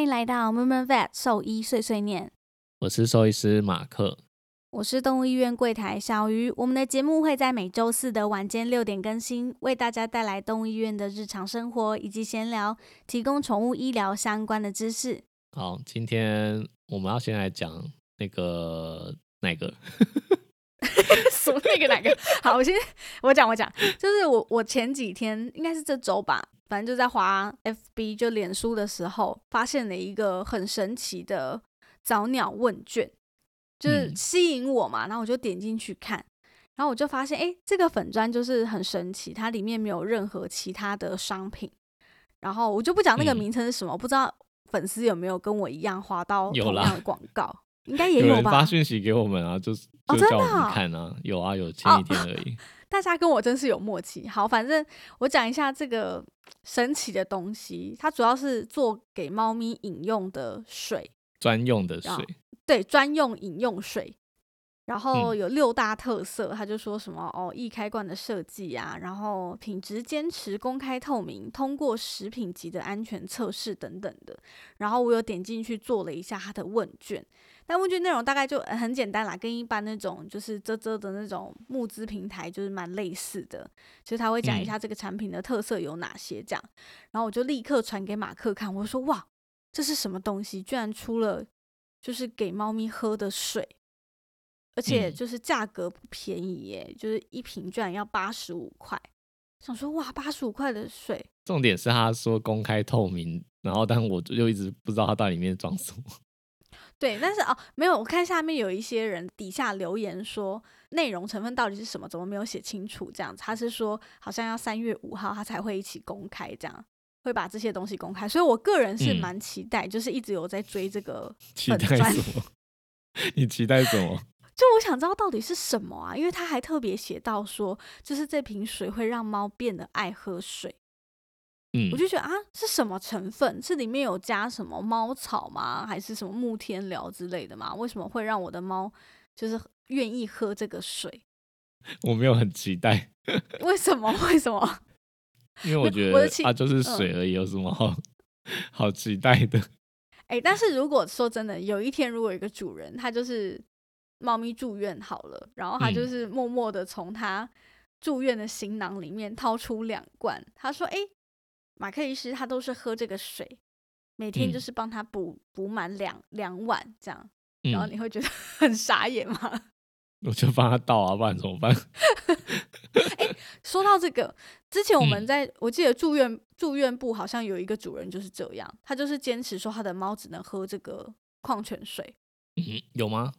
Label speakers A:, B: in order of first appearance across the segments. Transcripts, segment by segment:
A: 迎来到 m u r m u r Vet 兽医碎碎念，
B: 我是兽医师马克。
A: 我是动物医院柜台小鱼。我们的节目会在每周四的晚间六点更新，为大家带来动物医院的日常生活以及闲聊，提供宠物医疗相关的知识。
B: 好，今天我们要先来讲那个那个，
A: 什么那个哪个？ 好，我先我讲我讲，就是我我前几天应该是这周吧，反正就在滑 FB 就脸书的时候，发现了一个很神奇的早鸟问卷，就是
B: 嗯
A: 吸引我嘛，然后我就点进去看，然后我就发现，哎，这个粉砖就是很神奇，它里面没有任何其他的商品，然后我就不讲那个
B: 嗯
A: 名称是什么，不知道粉丝有没有跟我一样滑到
B: 有
A: 同
B: 啦
A: 样的广告。应该也
B: 有人
A: 吧？
B: 发讯息给我们啊，就是
A: 哦
B: 就
A: 真的
B: 叫我
A: 哦
B: 们看啊，有啊有，前
A: 哦
B: 几天而已。
A: 大家跟我真是有默契。好，反正我讲一下这个神奇的东西，它主要是做给猫咪饮用的水，
B: 专用的水
A: 啊，对，专用饮用水。然后有六大特色，他就说什么哦，易开罐的设计啊，然后品质坚持、公开透明、通过食品级的安全测试等等的。然后我有点进去做了一下他的问卷，但问卷内容大概就呃很简单啦，跟一般那种就是啧啧的那种募资平台就是蛮类似的，就是他会讲一
B: 嗯
A: 下这个产品的特色有哪些这样。然后我就立刻传给马克看，我说哇，这是什么东西？居然出了就是给猫咪喝的水，而且
B: 嗯
A: 就是价格不便宜耶，就是一瓶居然要八十五块。想说哇，八十五块的水，
B: 重点是他说公开透明，然后但我就一直不知道它到底里面装什么。
A: 对，但是哦，没有，我看下面有一些人底下留言说内容成分到底是什么，怎么没有写清楚？这样子，他是说好像要三月五号他才会一起公开，这样会把这些东西公开。所以我个人是
B: 嗯
A: 蛮期待，就是一直有在追这个
B: 期
A: 粉
B: 待
A: 砖
B: 什么？ 你期待什么？
A: 就我想知道到底是什么啊，因为他还特别写到说，就是这瓶水会让猫变得爱喝水，
B: 嗯
A: 我，就觉得啊，是什么成分？是里面有加什么猫草吗？还是什么木天疗之类的吗？为什么会让我的猫就是愿意喝这个水？
B: 我没有很期待，
A: 为什么？ 为什么？
B: 因为我觉
A: 我的
B: 得
A: 期
B: 它就是
A: 嗯
B: 水而已，有什么好 好期待的？
A: 哎、但是如果说真的，有一天如果有一个主人，他就是猫咪住院好了，然后他就
B: 嗯
A: 是默默的从他住院的行囊里面掏出两罐，他说：“哎、马克医师他都是喝这个水，每天就
B: 嗯
A: 是帮他补补满两两碗这样。”然后
B: 嗯，
A: 你会觉得 很傻眼吗？
B: 我就帮他倒啊，不然怎么办？
A: 说到这个，之前我们
B: 嗯
A: 在、我记得住院住院部好像有一个主人就是这样，他就是坚持说他的猫只能喝这个矿泉水。
B: 嗯，有吗？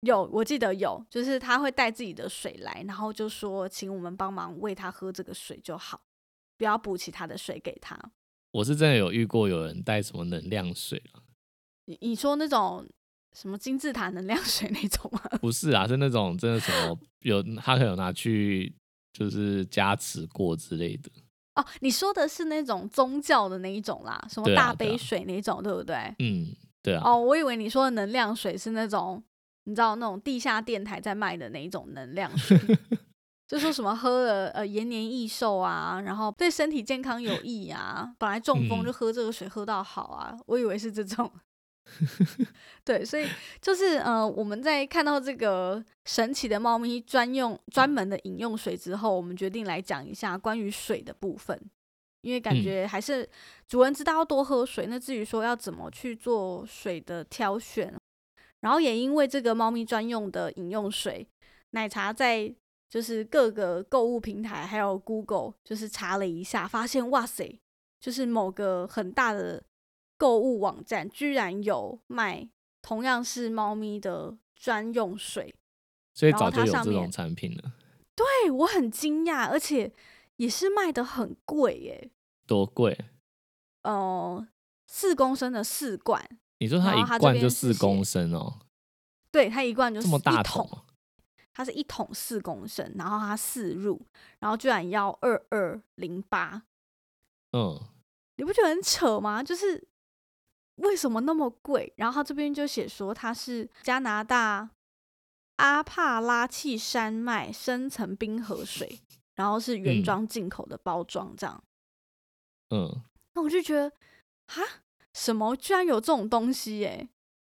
A: 有，我记得有，就是他会带自己的水来，然后就说请我们帮忙喂他喝这个水就好，不要补其他的水给他。
B: 我是真的有遇过有人带什么能量水啊
A: 你你说那种什么金字塔能量水那种吗？
B: 不是啊，是那种真的什么有他可能有拿去就是加持过之类的。
A: 哦，你说的是那种宗教的那一种啦，什么
B: 对啊
A: 大
B: 对
A: 杯
B: 啊
A: 水那种，对不对？
B: 嗯，对啊，
A: 哦，我以为你说的能量水是那种，你知道那种地下电台在卖的那一种能量 水，就说什么喝了呃延年益寿啊，然后对身体健康有益啊，本来中风
B: 嗯
A: 就喝这个水喝到好啊，我以为是这种。 对，所以就是呃，我们在看到这个神奇的猫咪专用专门的饮用水之后，我们决定来讲一下关于水的部分，因为感
B: 嗯
A: 觉还是主人知道要多喝水。那至于说要怎么去做水的挑选，然后也因为这个猫咪专用的饮用水，奶茶在就是各个购物平台还有 Google 就是查了一下，发现哇塞，就是某个很大的购物网站居然有卖同样是猫咪的专用水，
B: 所以
A: 然后
B: 早就
A: 它
B: 有
A: 上
B: 这
A: 面
B: 种产品了，
A: 对我很惊讶，而且也是卖的很贵耶，
B: 多贵？
A: 呃，四公升的四罐，
B: 你说
A: 然
B: 它
A: 后
B: 一
A: 它这
B: 罐
A: 边
B: 就是四
A: 写
B: 公升哦，
A: 对，它一罐就是
B: 这么
A: 一
B: 大
A: 桶
B: 桶，啊，
A: 它是一桶四公升，然后它四入，然后居然要二二零八，
B: 嗯，
A: 你不觉得很扯吗？就是为什么那么贵？然后他这边就写说它是加拿大阿帕拉契山脉深层冰河水，然后是原
B: 嗯
A: 装进口的包装这样。
B: 嗯，
A: 那我就觉得，哈，什么居然有这种东西耶、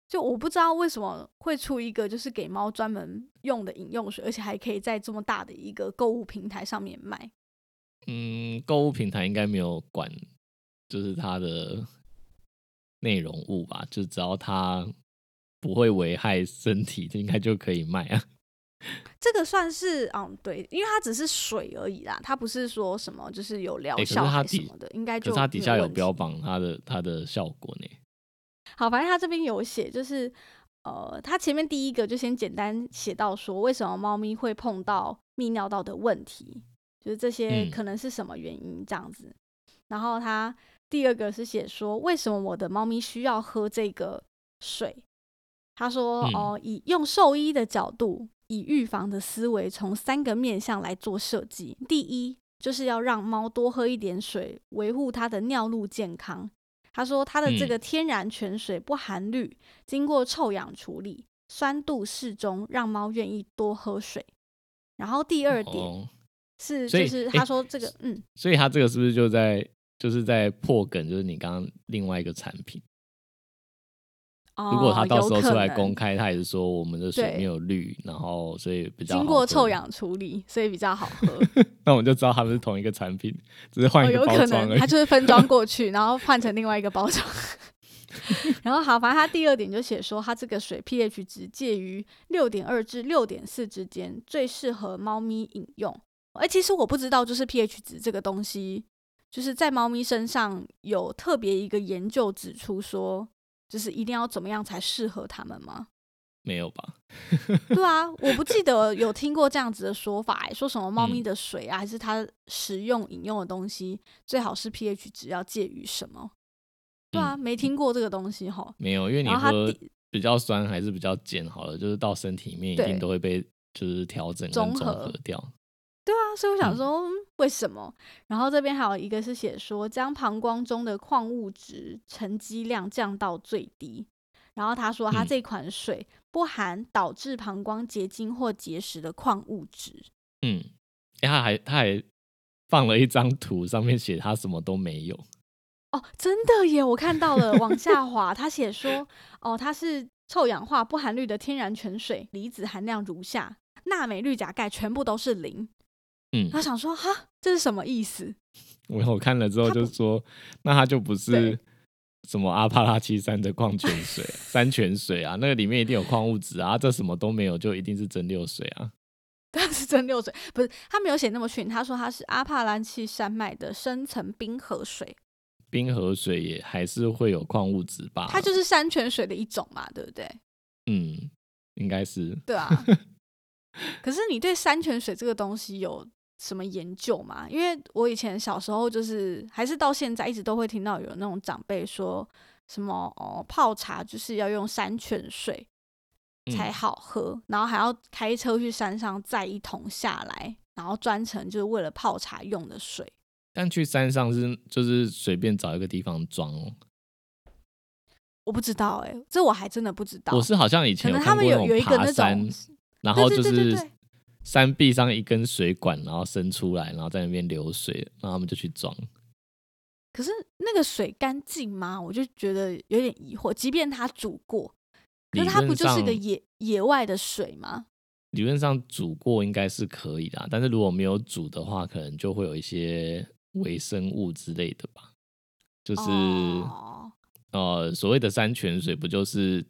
A: 就我不知道为什么会出一个就是给猫专门用的饮用水，而且还可以在这么大的一个购物平台上面卖。
B: 嗯，购物平台应该没有管，就是它的内容物吧，就只要它不会危害身体，应该就可以卖啊。
A: 这个算是嗯对，因为它只是水而已啦，它不是说什么就是有疗
B: 诶可是
A: 效
B: 它
A: 还是
B: 底
A: 什么的，应该
B: 可
A: 就是
B: 它底下有
A: 问题
B: 标榜它的它的效果呢。
A: 好，反正他这边有写，就是呃，他前面第一个就先简单写到说，为什么猫咪会碰到泌尿道的问题，就是这些
B: 嗯
A: 可能是什么原因这样子。然后他第二个是写说，为什么我的猫咪需要喝这个水？他说
B: 嗯
A: 哦、以用兽医的角度，以预防的思维，从三个面向来做设计。第一，就是要让猫多喝一点水，维护它的尿路健康。他说他的这
B: 嗯
A: 个天然泉水不含氯，经过臭氧处理，酸度适中，让猫愿意多喝水。然后第二点
B: 哦，
A: 是，
B: 所
A: 就
B: 以
A: 是
B: 诶
A: 他说这个，嗯，
B: 所以它这个是不是就在就是在破梗？就是你刚刚另外一个产品，如果它
A: 哦
B: 到时候
A: 有可
B: 出来
A: 能
B: 公开，它也是说我们的水
A: 对
B: 没有氯，然后所以比较
A: 经
B: 好
A: 过
B: 喝
A: 臭，氧处理，所以比较好喝。
B: 那我们就知道它们是同一个产品，只是换
A: 哦，
B: 一
A: 有
B: 个包
A: 可
B: 装
A: 能
B: 而已
A: 它。就是分装过 去，然后换成另外一个包装。 然后好，反正它第二点就写说，它这个水 pH 值介于六点二至六点四之间，最适合猫咪饮用。哎、其实我不知道，就是 pH 值这个东西，就是在猫咪身上有特别一个研究指出说，就是一定要怎么样才适合它们吗？
B: 没有吧？
A: 对啊，我不记得有听过这样子的说法、欸，说什么猫咪
B: 嗯
A: 的水啊，还是它食用饮用的东西，最好是 pH 值要介于什么？对啊，
B: 嗯
A: 没听过这个东西吼。
B: 没有，因为你
A: 然后它
B: 喝
A: 第
B: 比较酸还是比较碱好了，就是到身体里面一
A: 对
B: 定都会被就是调整跟
A: 综
B: 综
A: 合
B: 合掉。
A: 啊，所以我想
B: 嗯
A: 说、嗯为什么？然后这边还有一个是写说，将膀胱中的矿物质沉积量降到最低。然后他说，他
B: 嗯
A: 这款水不含导致膀胱结晶或结石的矿物质。
B: 嗯，哎、他还他还放了一张图，上面写他什么都没有。
A: 哦，真的耶！我看到了，往下滑，他写说，哦，它是臭氧化不含氯的天然泉水，离子含量如下：钠、镁、氯、钾、钙全部都是零。
B: 嗯
A: 他，想说，哈，这是什么意思？
B: 我我看了之后
A: 他不
B: 就说，那他就不是
A: 对
B: 什么阿帕拉契山的矿泉水、 山泉水啊，那个里面一定有矿物质啊，这什么都没有，就一定是蒸馏水啊。
A: 它是蒸馏水，不是？他没有写那么逊，他说它是阿帕兰契山脉的深层冰河水，
B: 冰河水也还是会有矿物质吧？
A: 它就是山泉水的一种嘛，对不对？
B: 嗯，应该是
A: 对 啊。可是你对山泉水这个东西有什么研究吗？因为我以前小时候就是，还是到现在一直都会听到有那种长辈说什么哦，泡茶就是要用山泉水
B: 嗯
A: 才好喝，然后还要开车去山上载一桶下来，然后专程就是为了泡茶用的水。
B: 但去山上是就是随便找一个地方装哦。
A: 我不知道哎、这我还真的不知道。
B: 我是好像以
A: 可
B: 前
A: 能他
B: 看
A: 们
B: 过
A: 有有一个
B: 爬
A: 那
B: 山
A: 种，，
B: 然后
A: 对
B: 就
A: 对对对
B: 是
A: 对
B: 山壁上一根水管，然后伸出来，然后在那边流水，然后他们就去装。
A: 可是那个水干净吗？我就觉得有点疑惑。即便它煮过，可
B: 理
A: 是它不
B: 论
A: 就是
B: 上
A: 个野野外的水吗？
B: 理论上煮过应该是可以的，啊但是如果没有煮的话，可能就会有一些微生物之类的吧。就是、
A: 哦，
B: 呃，所谓的山泉水，不就是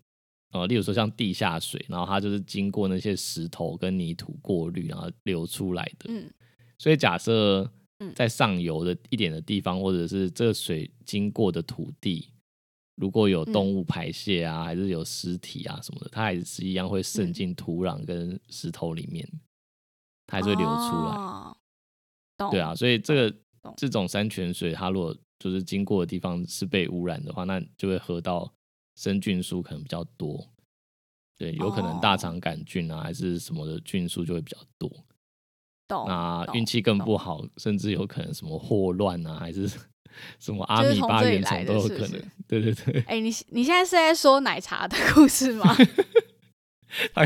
B: 呃，例如说像地下水，然后它就是经过那些石头跟泥土过滤，然后流出来的。
A: 嗯，
B: 所以假设
A: 嗯
B: 在上游的一点的地方，或者是这个水经过的土地，如果有
A: 嗯
B: 动物排泄啊，还是有尸体啊什么的，它还是一样会
A: 嗯
B: 渗进土壤跟石头里面，它还是会流出来。
A: 哦懂
B: 对啊，，所以这个
A: 懂
B: 这种山泉水，它如果就是经过的地方是被污染的话，那就会喝到生菌数可能比较多。对，有可能大
A: 哦
B: 肠杆菌啊，还是什么的菌数就会比较多。
A: 懂。
B: 那
A: 哦懂
B: 运气更不
A: 懂
B: 好，甚至有可能什么霍乱啊，还是 什么阿
A: 就是
B: 米
A: 从
B: 巴
A: 这里
B: 原
A: 来的
B: 虫都有
A: 是不
B: 可能。
A: 是
B: 对对对，
A: 哎、你你现在是在说奶茶的故事 吗？
B: 他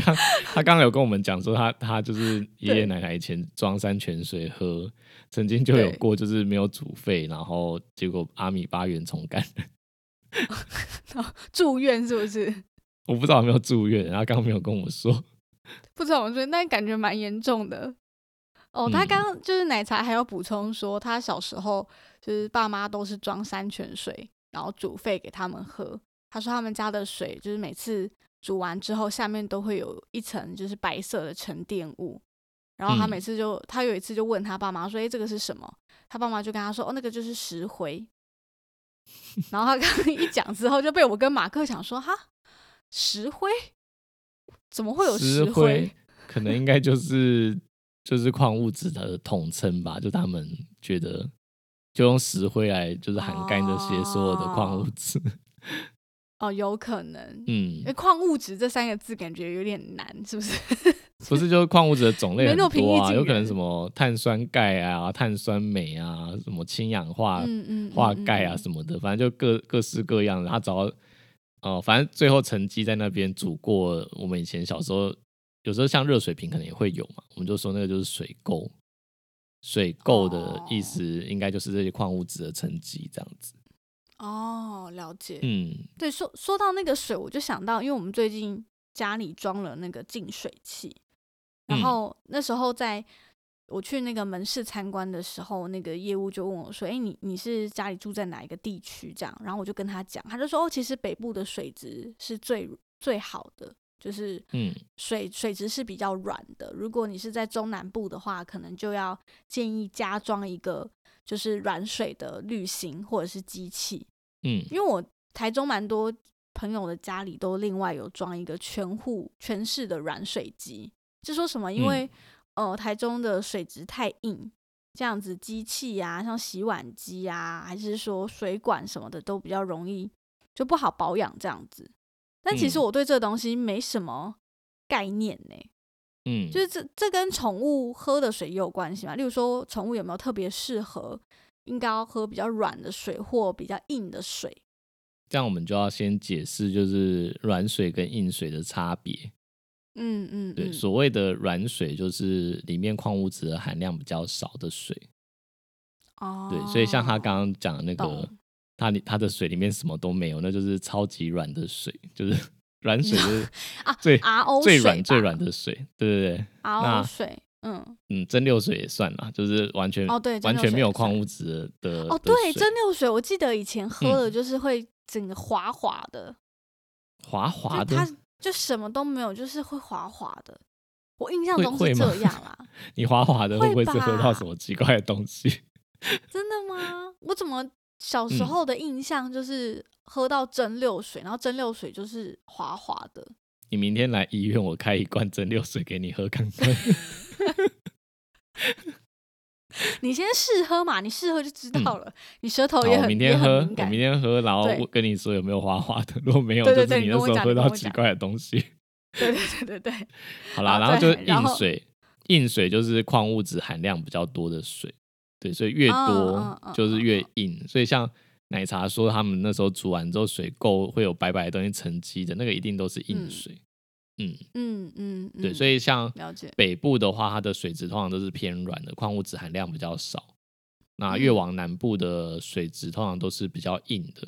B: 刚他刚刚有跟我们讲说他，他就是爷
A: 对
B: 爷奶奶以前装山泉水喝，曾经就有
A: 对
B: 过就是没有煮沸，然后结果阿米巴原虫感染。
A: 道住院是不是？
B: 我不知道有没有住院，他刚刚没有跟我说。
A: 不知道我觉得，但感觉蛮严重的。哦，
B: 嗯
A: 他刚刚就是奶茶还有补充说，他小时候就是爸妈都是装山泉水，然后煮沸给他们喝。他说他们家的水就是每次煮完之后，下面都会有一层就是白色的沉淀物。然后他
B: 嗯
A: 每次就，他有一次就问他爸妈说：“诶、这个是什么？”他爸妈就跟他说：“哦，那个就是石灰。”然后他刚刚一讲之后，就被我跟马克想说：“哈，石灰怎么会有
B: 石
A: 石
B: 灰可能应该就是就是矿物质的统称吧，就他们觉得就用石灰来就是涵盖这些所有的矿物质。
A: 哦，有可能。
B: 嗯
A: 诶，，矿物质这三个字感觉有点难，是不是？
B: 不是就是矿物质的种类
A: 没
B: 很
A: 那么平易
B: 多啊，
A: 近
B: 有可能
A: 人
B: 什么碳酸钙啊、碳酸镁啊、什么氢氧化
A: 嗯嗯，嗯
B: 化钙啊
A: 嗯
B: 什么的，反正就各各式各样的。他只要呃，反正最后成绩在那边煮过。我们以前小时候有时候像热水瓶可能也会有嘛，我们就说那个就是水垢。水垢的意思应该就是这些矿物质的沉积这样子。
A: 哦，了解。
B: 嗯，
A: 对，说说到那个水，我就想到，因为我们最近家里装了那个净水器，然
B: 嗯
A: 后那时候在我去那个门市参观的时候，那个业务就问我说：“哎、你你是家里住在哪一个地区？”这样，然后我就跟他讲，他就说：“哦，其实北部的水质是最最好的，就是
B: 嗯
A: 水水质是比较软的。如果你是在中南部的话，可能就要建议加装一个就是软水的滤芯或者是机器。
B: 嗯
A: 因为我台中蛮多朋友的家里都另外有装一个全户全室的软水机，就说什么因为、呃台中的水质太硬，这样子机器啊，像洗碗机啊，还是说水管什么的都比较容易就不好保养这样子。但其实
B: 嗯
A: 我对这东西没什么概念呢、
B: 嗯，
A: 就是这这跟宠物喝的水也有关系嘛？例如说，宠物有没有特别适合，应该要喝比较软的水或比较硬的水？
B: 这样我们就要先解释就是软水跟硬水的差别。
A: 嗯嗯，
B: 对，
A: 嗯
B: 所谓的软水就是里面矿物质的含量比较少的水。
A: 哦，
B: 对，所以像他刚刚讲的那个
A: 懂，
B: 他里他的水里面什么都没有，那就是超级软的水， 就是软水就是
A: 啊
B: 最
A: RO
B: 最
A: 水
B: 软最
A: 吧
B: 软的水，对对对，那
A: RO 水，嗯，
B: 嗯，蒸馏水也算啦，就是完全
A: 哦对，蒸
B: 完
A: 馏
B: 全
A: 水
B: 没有
A: 也
B: 矿
A: 算
B: 物质的的
A: 哦，对，
B: 水
A: 蒸馏水，我记得以前喝
B: 嗯
A: 了就是会整个滑滑的，
B: 滑
A: 就
B: 滑的
A: 它，就什么都没有，就是会滑滑的。我印象
B: 会
A: 中
B: 会
A: 是
B: 吗
A: 这 样啦，
B: 你滑滑的会
A: 会
B: 不会是喝到
A: 吧
B: 什么奇怪的东西？
A: 真的吗？我怎么小时
B: 嗯
A: 候的印象就是喝到蒸馏水，然后蒸馏水就是滑滑的，
B: 你明天来医院，我开一罐蒸馏水给你喝看看。
A: 你先试喝嘛，你试喝就知
B: 嗯
A: 道了。你舌头
B: 好，
A: 哦也
B: 我
A: 很
B: 明
A: 也
B: 天
A: 很
B: 喝，
A: 敏
B: 我
A: 感
B: 明天喝，然后
A: 对
B: 我跟你说有没有滑滑的，如果没 有，
A: 对对
B: 就是
A: 对
B: 你
A: 你
B: 那
A: 跟我
B: 时候
A: 讲
B: 喝
A: 你跟
B: 到
A: 我
B: 奇
A: 讲
B: 怪的 东西。
A: 对对对对对，
B: 好啦，
A: 好
B: 然后就
A: 对
B: 是
A: 然
B: 硬
A: 后
B: 水，硬水就是矿物质含量比较多的水，对，所以越
A: 嗯
B: 多
A: 嗯嗯
B: 就是
A: 嗯
B: 越硬。所以像奶茶说他们那时候煮完之后水垢会有白白的东西沉积的，那个一定都是硬
A: 嗯
B: 水。嗯，
A: 嗯嗯，
B: 对，
A: 嗯
B: 所以像
A: 了解。
B: 北部的话，它的水质通常都是偏软的，矿物质含量比较少。那越
A: 嗯
B: 往南部的水质通常都是比较硬的。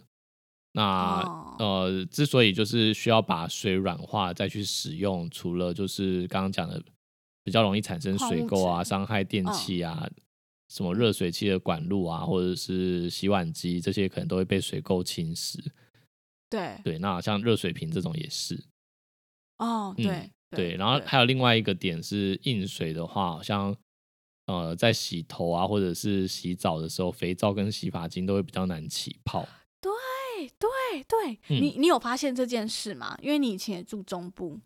B: 那
A: 哦
B: 呃，之所以就是需要把水软化再去使用，除了就是刚刚讲的比较容易产生
A: 矿
B: 水
A: 物
B: 垢啊、
A: 质
B: 伤害电
A: 嗯
B: 器啊、什么热水器的管路啊，或者是洗碗机这些可能都会被水垢侵蚀。
A: 对，
B: 对，那像热水瓶这种也是。
A: 哦，
B: 嗯
A: 对，
B: 对，然后还有另外一个点是硬水的话，好像呃在洗头啊或者是洗澡的时候，肥皂跟洗发精都会比较难起泡。
A: 对对对，
B: 嗯
A: 你你有发现这件事吗？因为你以前也住中部，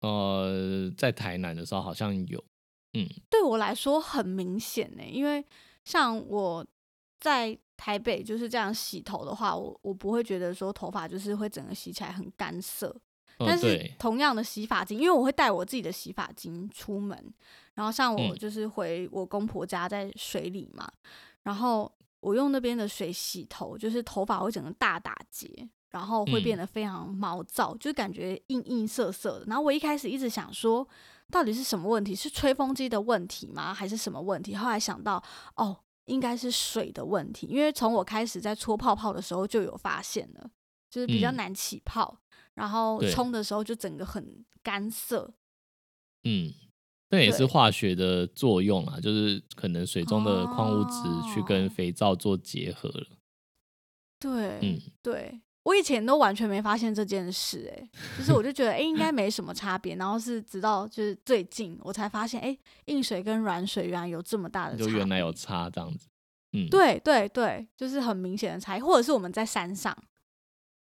B: 呃，在台南的时候好像有，
A: 对我来说很明显呢、因为像我在台北就是这样洗头的话，我我不会觉得说头发就是会整个洗起来很干涩，
B: 嗯、
A: 但是
B: 对，
A: 同样的洗发精，因为我会带我自己的洗发精出门，然后像我
B: 嗯
A: 就是回我公婆家在水里嘛，然后我用那边的水洗头，就是头发会整个大打结，然后会变
B: 嗯
A: 得非常毛躁，就感觉硬硬涩涩的。然后我一开始一直想说，到底是什么问题？是吹风机的问题吗？还是什么问题？后来想到，哦，应该是水的问题，因为从我开始在搓泡泡的时候就有发现了。就是比较
B: 嗯
A: 难起泡，然后
B: 对
A: 冲的时候就整个很干涩。
B: 嗯，那也是
A: 对
B: 化学的作用啊，就是可能水中的矿物质去跟
A: 哦
B: 肥皂做结合了。
A: 对，
B: 嗯
A: 对我以前都完全没发现这件事、欸，就是我就觉得哎、诶应该没什么差别，然后是直到就是最近我才发现，哎、硬水跟软水原来有这么大的差
B: 就
A: 别，
B: 原来有差这样子。嗯，，
A: 对对对，就是很明显的差异，或者是我们在山上，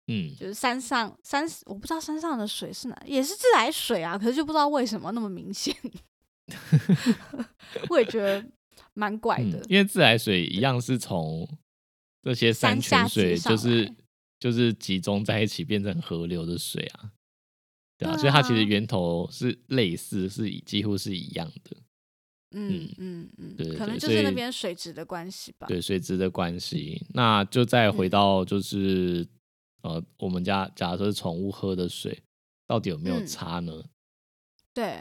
B: 嗯，
A: 就是山上山，我不知道山上的水是哪，也是自来水啊，可是就不知道为什么那么明显， 我也觉得蛮怪
B: 嗯
A: 的，
B: 因为自来水一样是从这些山
A: 山下
B: 泉
A: 集
B: 水，
A: 上
B: 就是
A: 来
B: 就是集中在一起变成河流的水啊，对啊，
A: 对
B: 所以它其实
A: 啊
B: 源头是类似，是一几乎是一样的，
A: 嗯嗯嗯，
B: 对对
A: 可
B: 对
A: 能就
B: 所
A: 是那
B: 以
A: 边水质的关系吧，
B: 对水质的关系。那就再回
A: 嗯
B: 到就是、呃，我们家假如说是宠物喝的水，到底有没有
A: 嗯
B: 差呢？
A: 对，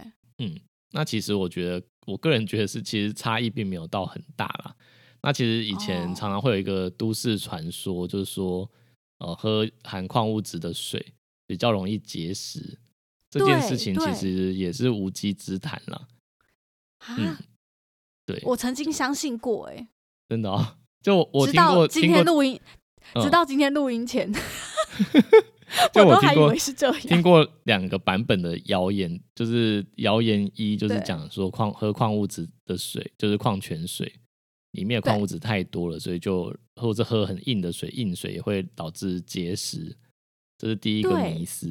B: 那其实我觉得，我个人觉得是，其实差异并没有到很大啦。那其实以前
A: 哦
B: 常常会有一个都市传说，就是说，呃，喝含矿物质的水比较容易结石，这件事
A: 对
B: 情其
A: 对
B: 实也是无稽之谈啦。
A: 啊，
B: 嗯，对，
A: 我曾经相信过、欸，
B: 真的哦，就我我
A: 直
B: 听过
A: 到今
B: 听
A: 天
B: 过，
A: 录音，
B: 嗯
A: 直到今天录音 前，
B: 就
A: 我
B: 我
A: 都
B: 听
A: 还以
B: 过
A: 为是这
B: 听
A: 样。
B: 过两个版本的谣言，就是谣言一就是
A: 对
B: 讲说矿喝矿物质的水就是矿泉水里面的矿
A: 对
B: 物质太多了，所以就或者喝很硬的水，硬水也会导致结石，这是第一个
A: 对
B: 迷思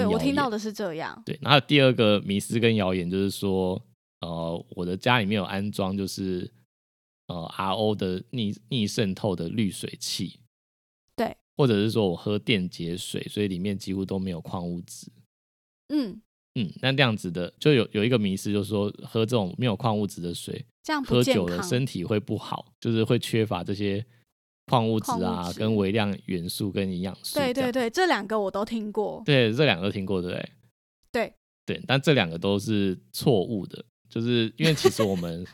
A: 对
B: 谣言。
A: 我听到的是这 样，
B: 对，然后第二个迷思跟谣言就是说，呃，我的家里面有安装就是呃 RO 的逆逆渗透的滤水器，
A: 对，
B: 或者是说我喝电解水，所以里面几乎都没有矿物质。
A: 嗯，
B: 嗯，那这样子的就有有一个迷思，就是说喝这种没有矿物质的水，
A: 这样不
B: 喝
A: 健
B: 久
A: 康。
B: 了身体会不好，就是会缺乏这些矿物质
A: 矿物
B: 啊、
A: 质
B: 跟微量元素跟营养素这
A: 对
B: 样。
A: 对对，这两个我都听过。
B: 对，这两个都听过，对不对？
A: 对
B: 对，但这两个都是错误的，就是因为其实我们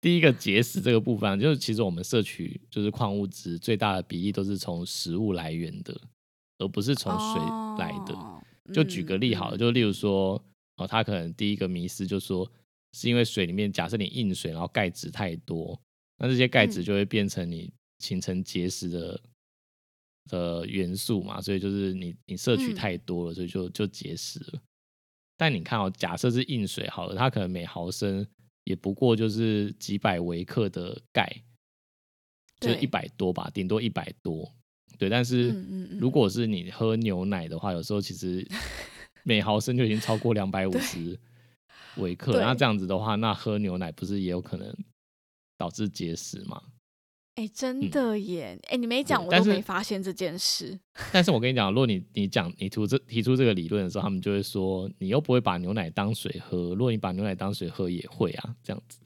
B: 第一个节食这个部分啊，就是其实我们摄取就是矿物质最大的比例都是从食物来源的，而不是从水来的。
A: 哦
B: 就举个例
A: 嗯
B: 好了，，就例如说，哦，他可能第一个迷失就说，是因为水里面假设你硬水，然后钙质太多，那这些钙质
A: 嗯
B: 就会变成你形成结石的的元素嘛，所以就是你你摄取
A: 嗯
B: 太多了，所以就就结石了。但你看哦，假设是硬水好了，它可能每毫升也不过就是几百微克的钙，就
A: 对
B: 一百多吧，顶多一百多。对，但是
A: 嗯嗯嗯
B: 如果是你喝牛奶的话，有时候其 实每毫升就已经超过两百五十微克了。
A: 对
B: 那这样子的话，那喝牛奶不是也有可能导致结石吗？
A: 哎、诶真的耶，哎、你没讲
B: 嗯对
A: 我
B: 但
A: 都
B: 是
A: 没发现这件事。
B: 但是我跟你讲，如果你你讲你提出这提出这个理论的时候，他们就会说你又不会把牛奶当水喝，如果你把牛奶当水喝也会啊，这样子。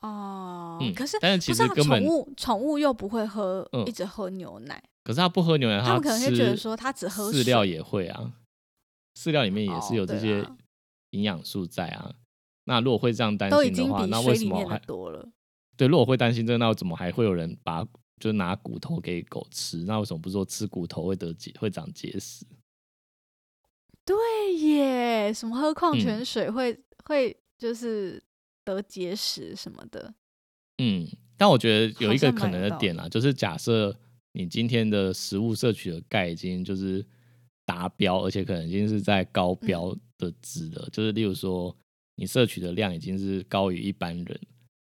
A: 哦，
B: 嗯
A: 可是
B: 但是
A: 不
B: 其
A: 是
B: 实
A: 啊
B: 根本
A: 宠，物宠物又不会喝，
B: 嗯
A: 一直喝牛奶，
B: 可是他不喝牛奶，
A: 他们可能会觉得
B: 吃
A: 说他只喝
B: 饲料
A: 水
B: 也会啊，饲料里面也是
A: 哦
B: 有这
A: 对
B: 些
A: 啦
B: 营养素在啊。那如果会这样担
A: 都已
B: 心的
A: 经
B: 话，
A: 比
B: 那
A: 水
B: 为什
A: 里
B: 么
A: 面的
B: 还
A: 多了。
B: 对？如果会担心这个，那怎么还会有人把就拿骨头给狗吃？那为什么不说吃骨头会得结会长结石？
A: 对耶，什么喝矿
B: 嗯
A: 泉水会、会就是得结石什么的。
B: 嗯，但我觉得有一个
A: 好像蛮
B: 可能
A: 有
B: 的
A: 道
B: 点啊，就是假设你今天的食物摄取的钙已经就是达标，而且可能已经是在高
A: 嗯
B: 标的值了，就是例如说你摄取的量已经是高于一般人，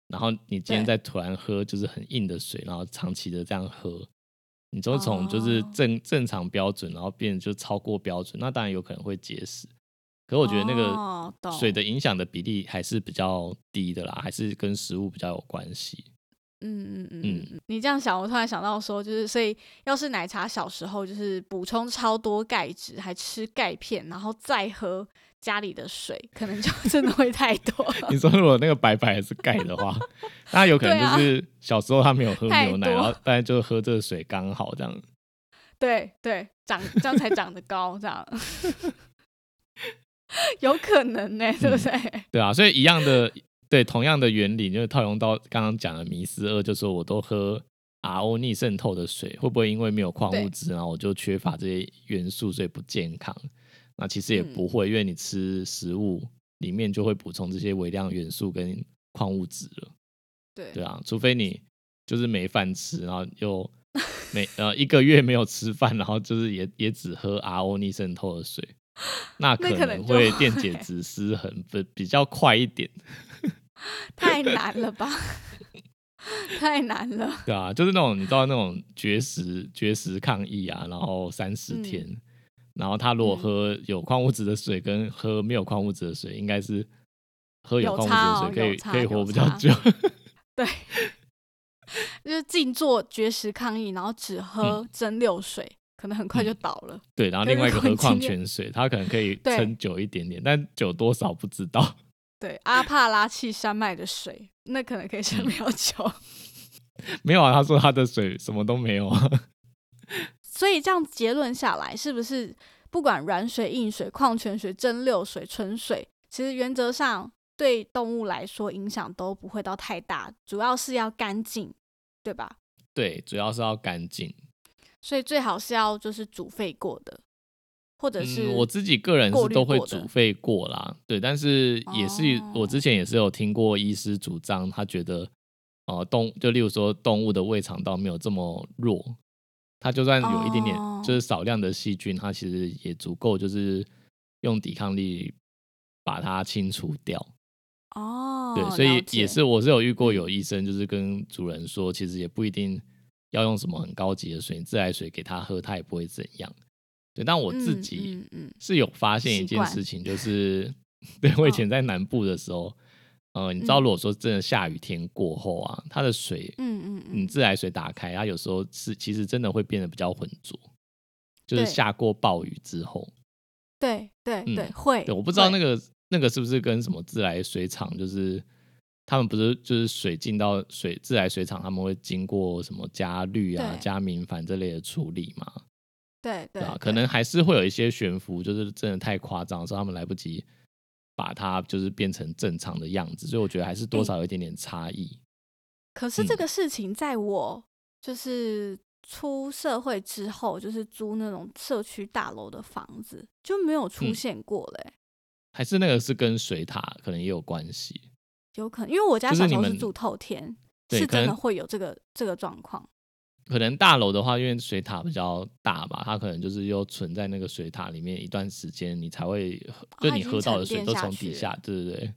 B: 然后你今天
A: 对
B: 再突然喝就是很硬的水，然后长期的这样喝，你就从就是
A: 哦
B: 正、正常标准，然后变就超过标准，那当然有可能会结石。可我觉得那
A: 哦
B: 个
A: 懂
B: 水的影响的比例还是比较低的啦，还是跟食物比较有关系。
A: 嗯嗯嗯
B: 嗯
A: 嗯嗯，你这样想，我突然想到说，就是所以要是奶茶小时候就是补充超多钙质，还吃钙片，然后再喝家里的水，可能就 真的会太多了。
B: 你说如果那个白白是钙的话，那有可能就是小时候他没有喝牛奶，
A: 啊太多
B: 然后但是就喝这个水刚好这样。
A: 对对，长这样才长得高，这样有可能呢、对不对？
B: 对啊，所以一样的，对同样的原理，就是套用到刚刚讲的迷思二，就说我都喝 RO 逆渗透的水会不会因为没有矿
A: 对
B: 物质，然后我就缺乏这些元素，所以不健康？那其实也
A: 嗯
B: 不会，因为你吃食物里面就会补充这些微量元素跟矿物质了。
A: 对
B: 对啊，除非你就是没饭吃，然后又每呃一个月没有吃饭，然后就是也也只喝 RO 逆渗透的水，那
A: 那
B: 可
A: 可能
B: 能
A: 就
B: 会电解
A: 会
B: 质失衡，比比较快一点，
A: 太难了吧， 太难了。
B: 对啊，就是那种你知道那种绝食绝食抗议啊，然后三十天，然后他如果
A: 嗯
B: 喝有矿物质的水跟喝没有矿物质的水，应该是喝
A: 有
B: 矿物
A: 差
B: 质
A: 哦
B: 的水、
A: 有差
B: 可以可以
A: 有
B: 活比较
A: 差
B: 久，
A: 对，就是静坐绝食抗议，然后只喝蒸馏水，可能很快就倒了。
B: 对，然后
A: 对
B: 另外一
A: 如
B: 个
A: 果
B: 喝
A: 你今
B: 矿
A: 天
B: 泉水，它可能可以
A: 对
B: 撑久一点点，但久多少不知道。
A: 对，阿帕拉契山脉的水，那可能可以撑比较久。
B: 没有啊，他说他的水什么都没有 啊。
A: 所以这样结论下来，是不是不管软水、硬水、矿泉水、蒸馏水、纯水，其实原则上对动物来说影响都不会到太大，主要是要干净，对吧？
B: 对，主要是要干净。
A: 所以最好是要就是煮沸过的，或者是、
B: 嗯，我自己个人
A: 过
B: 是
A: 滤
B: 都会
A: 过的
B: 煮沸过啦，对，但是也是、
A: 哦
B: 我之前也是有听过医师主张，他觉得呃动就例如说动物的胃肠道没有这么弱，它就算有一点点、
A: 哦
B: 就是少量的细菌，它其实也足够就是用抵抗力把它清除掉。
A: 哦，
B: 对，所以
A: 了解嗯
B: 也是我是有遇过有医生就是跟主人说，其实也不一定要用什么很高级的水，你自来水给他喝，他也不会怎样。对，但我自己
A: 嗯嗯嗯
B: 是有发现一
A: 习
B: 件
A: 惯
B: 事情，就是对我以前在南部的时候，呃，你知道，
A: 嗯
B: 如果说真的下雨天过后啊，它的水，
A: 嗯嗯
B: 你
A: 嗯，
B: 自来水打开，它有时候是其实真的会变得比较浑浊，就是
A: 对
B: 下过暴雨之后，
A: 对对
B: 嗯
A: 对，会，
B: 对，我不知道那
A: 个
B: 个那个是不是跟什么自来水厂，就是他们不是就是水进到水自来水厂，他们会经过什么加氯啊、
A: 对
B: 加明矾这类的处理嘛？
A: 对对
B: 对啊，可能还是会有一些悬浮，就是真的太夸张，所以他们来不及把它就是变成正常的样子，所以我觉得还是多
A: 哎
B: 少有一点点差异。
A: 可是这
B: 嗯
A: 个事情，在我就是出社会之后，就是租那种社区大楼的房子，就没有出
B: 嗯
A: 现过欸嘞、
B: 还是那个是跟水塔可能也有关系，
A: 有可能，因为我家
B: 就是
A: 小
B: 你
A: 时候是
B: 们
A: 住透天，
B: 对
A: 是
B: 可
A: 真的
B: 能
A: 会有这个这个状况。
B: 可能大楼的话，因为水塔比较大吧，它可能就是又存在那个水塔里面一段时间，你才会喝
A: 它
B: 就
A: 哦已
B: 你
A: 经
B: 喝到的
A: 沉
B: 水
A: 淀
B: 都
A: 下
B: 从
A: 去
B: 底下，对对对，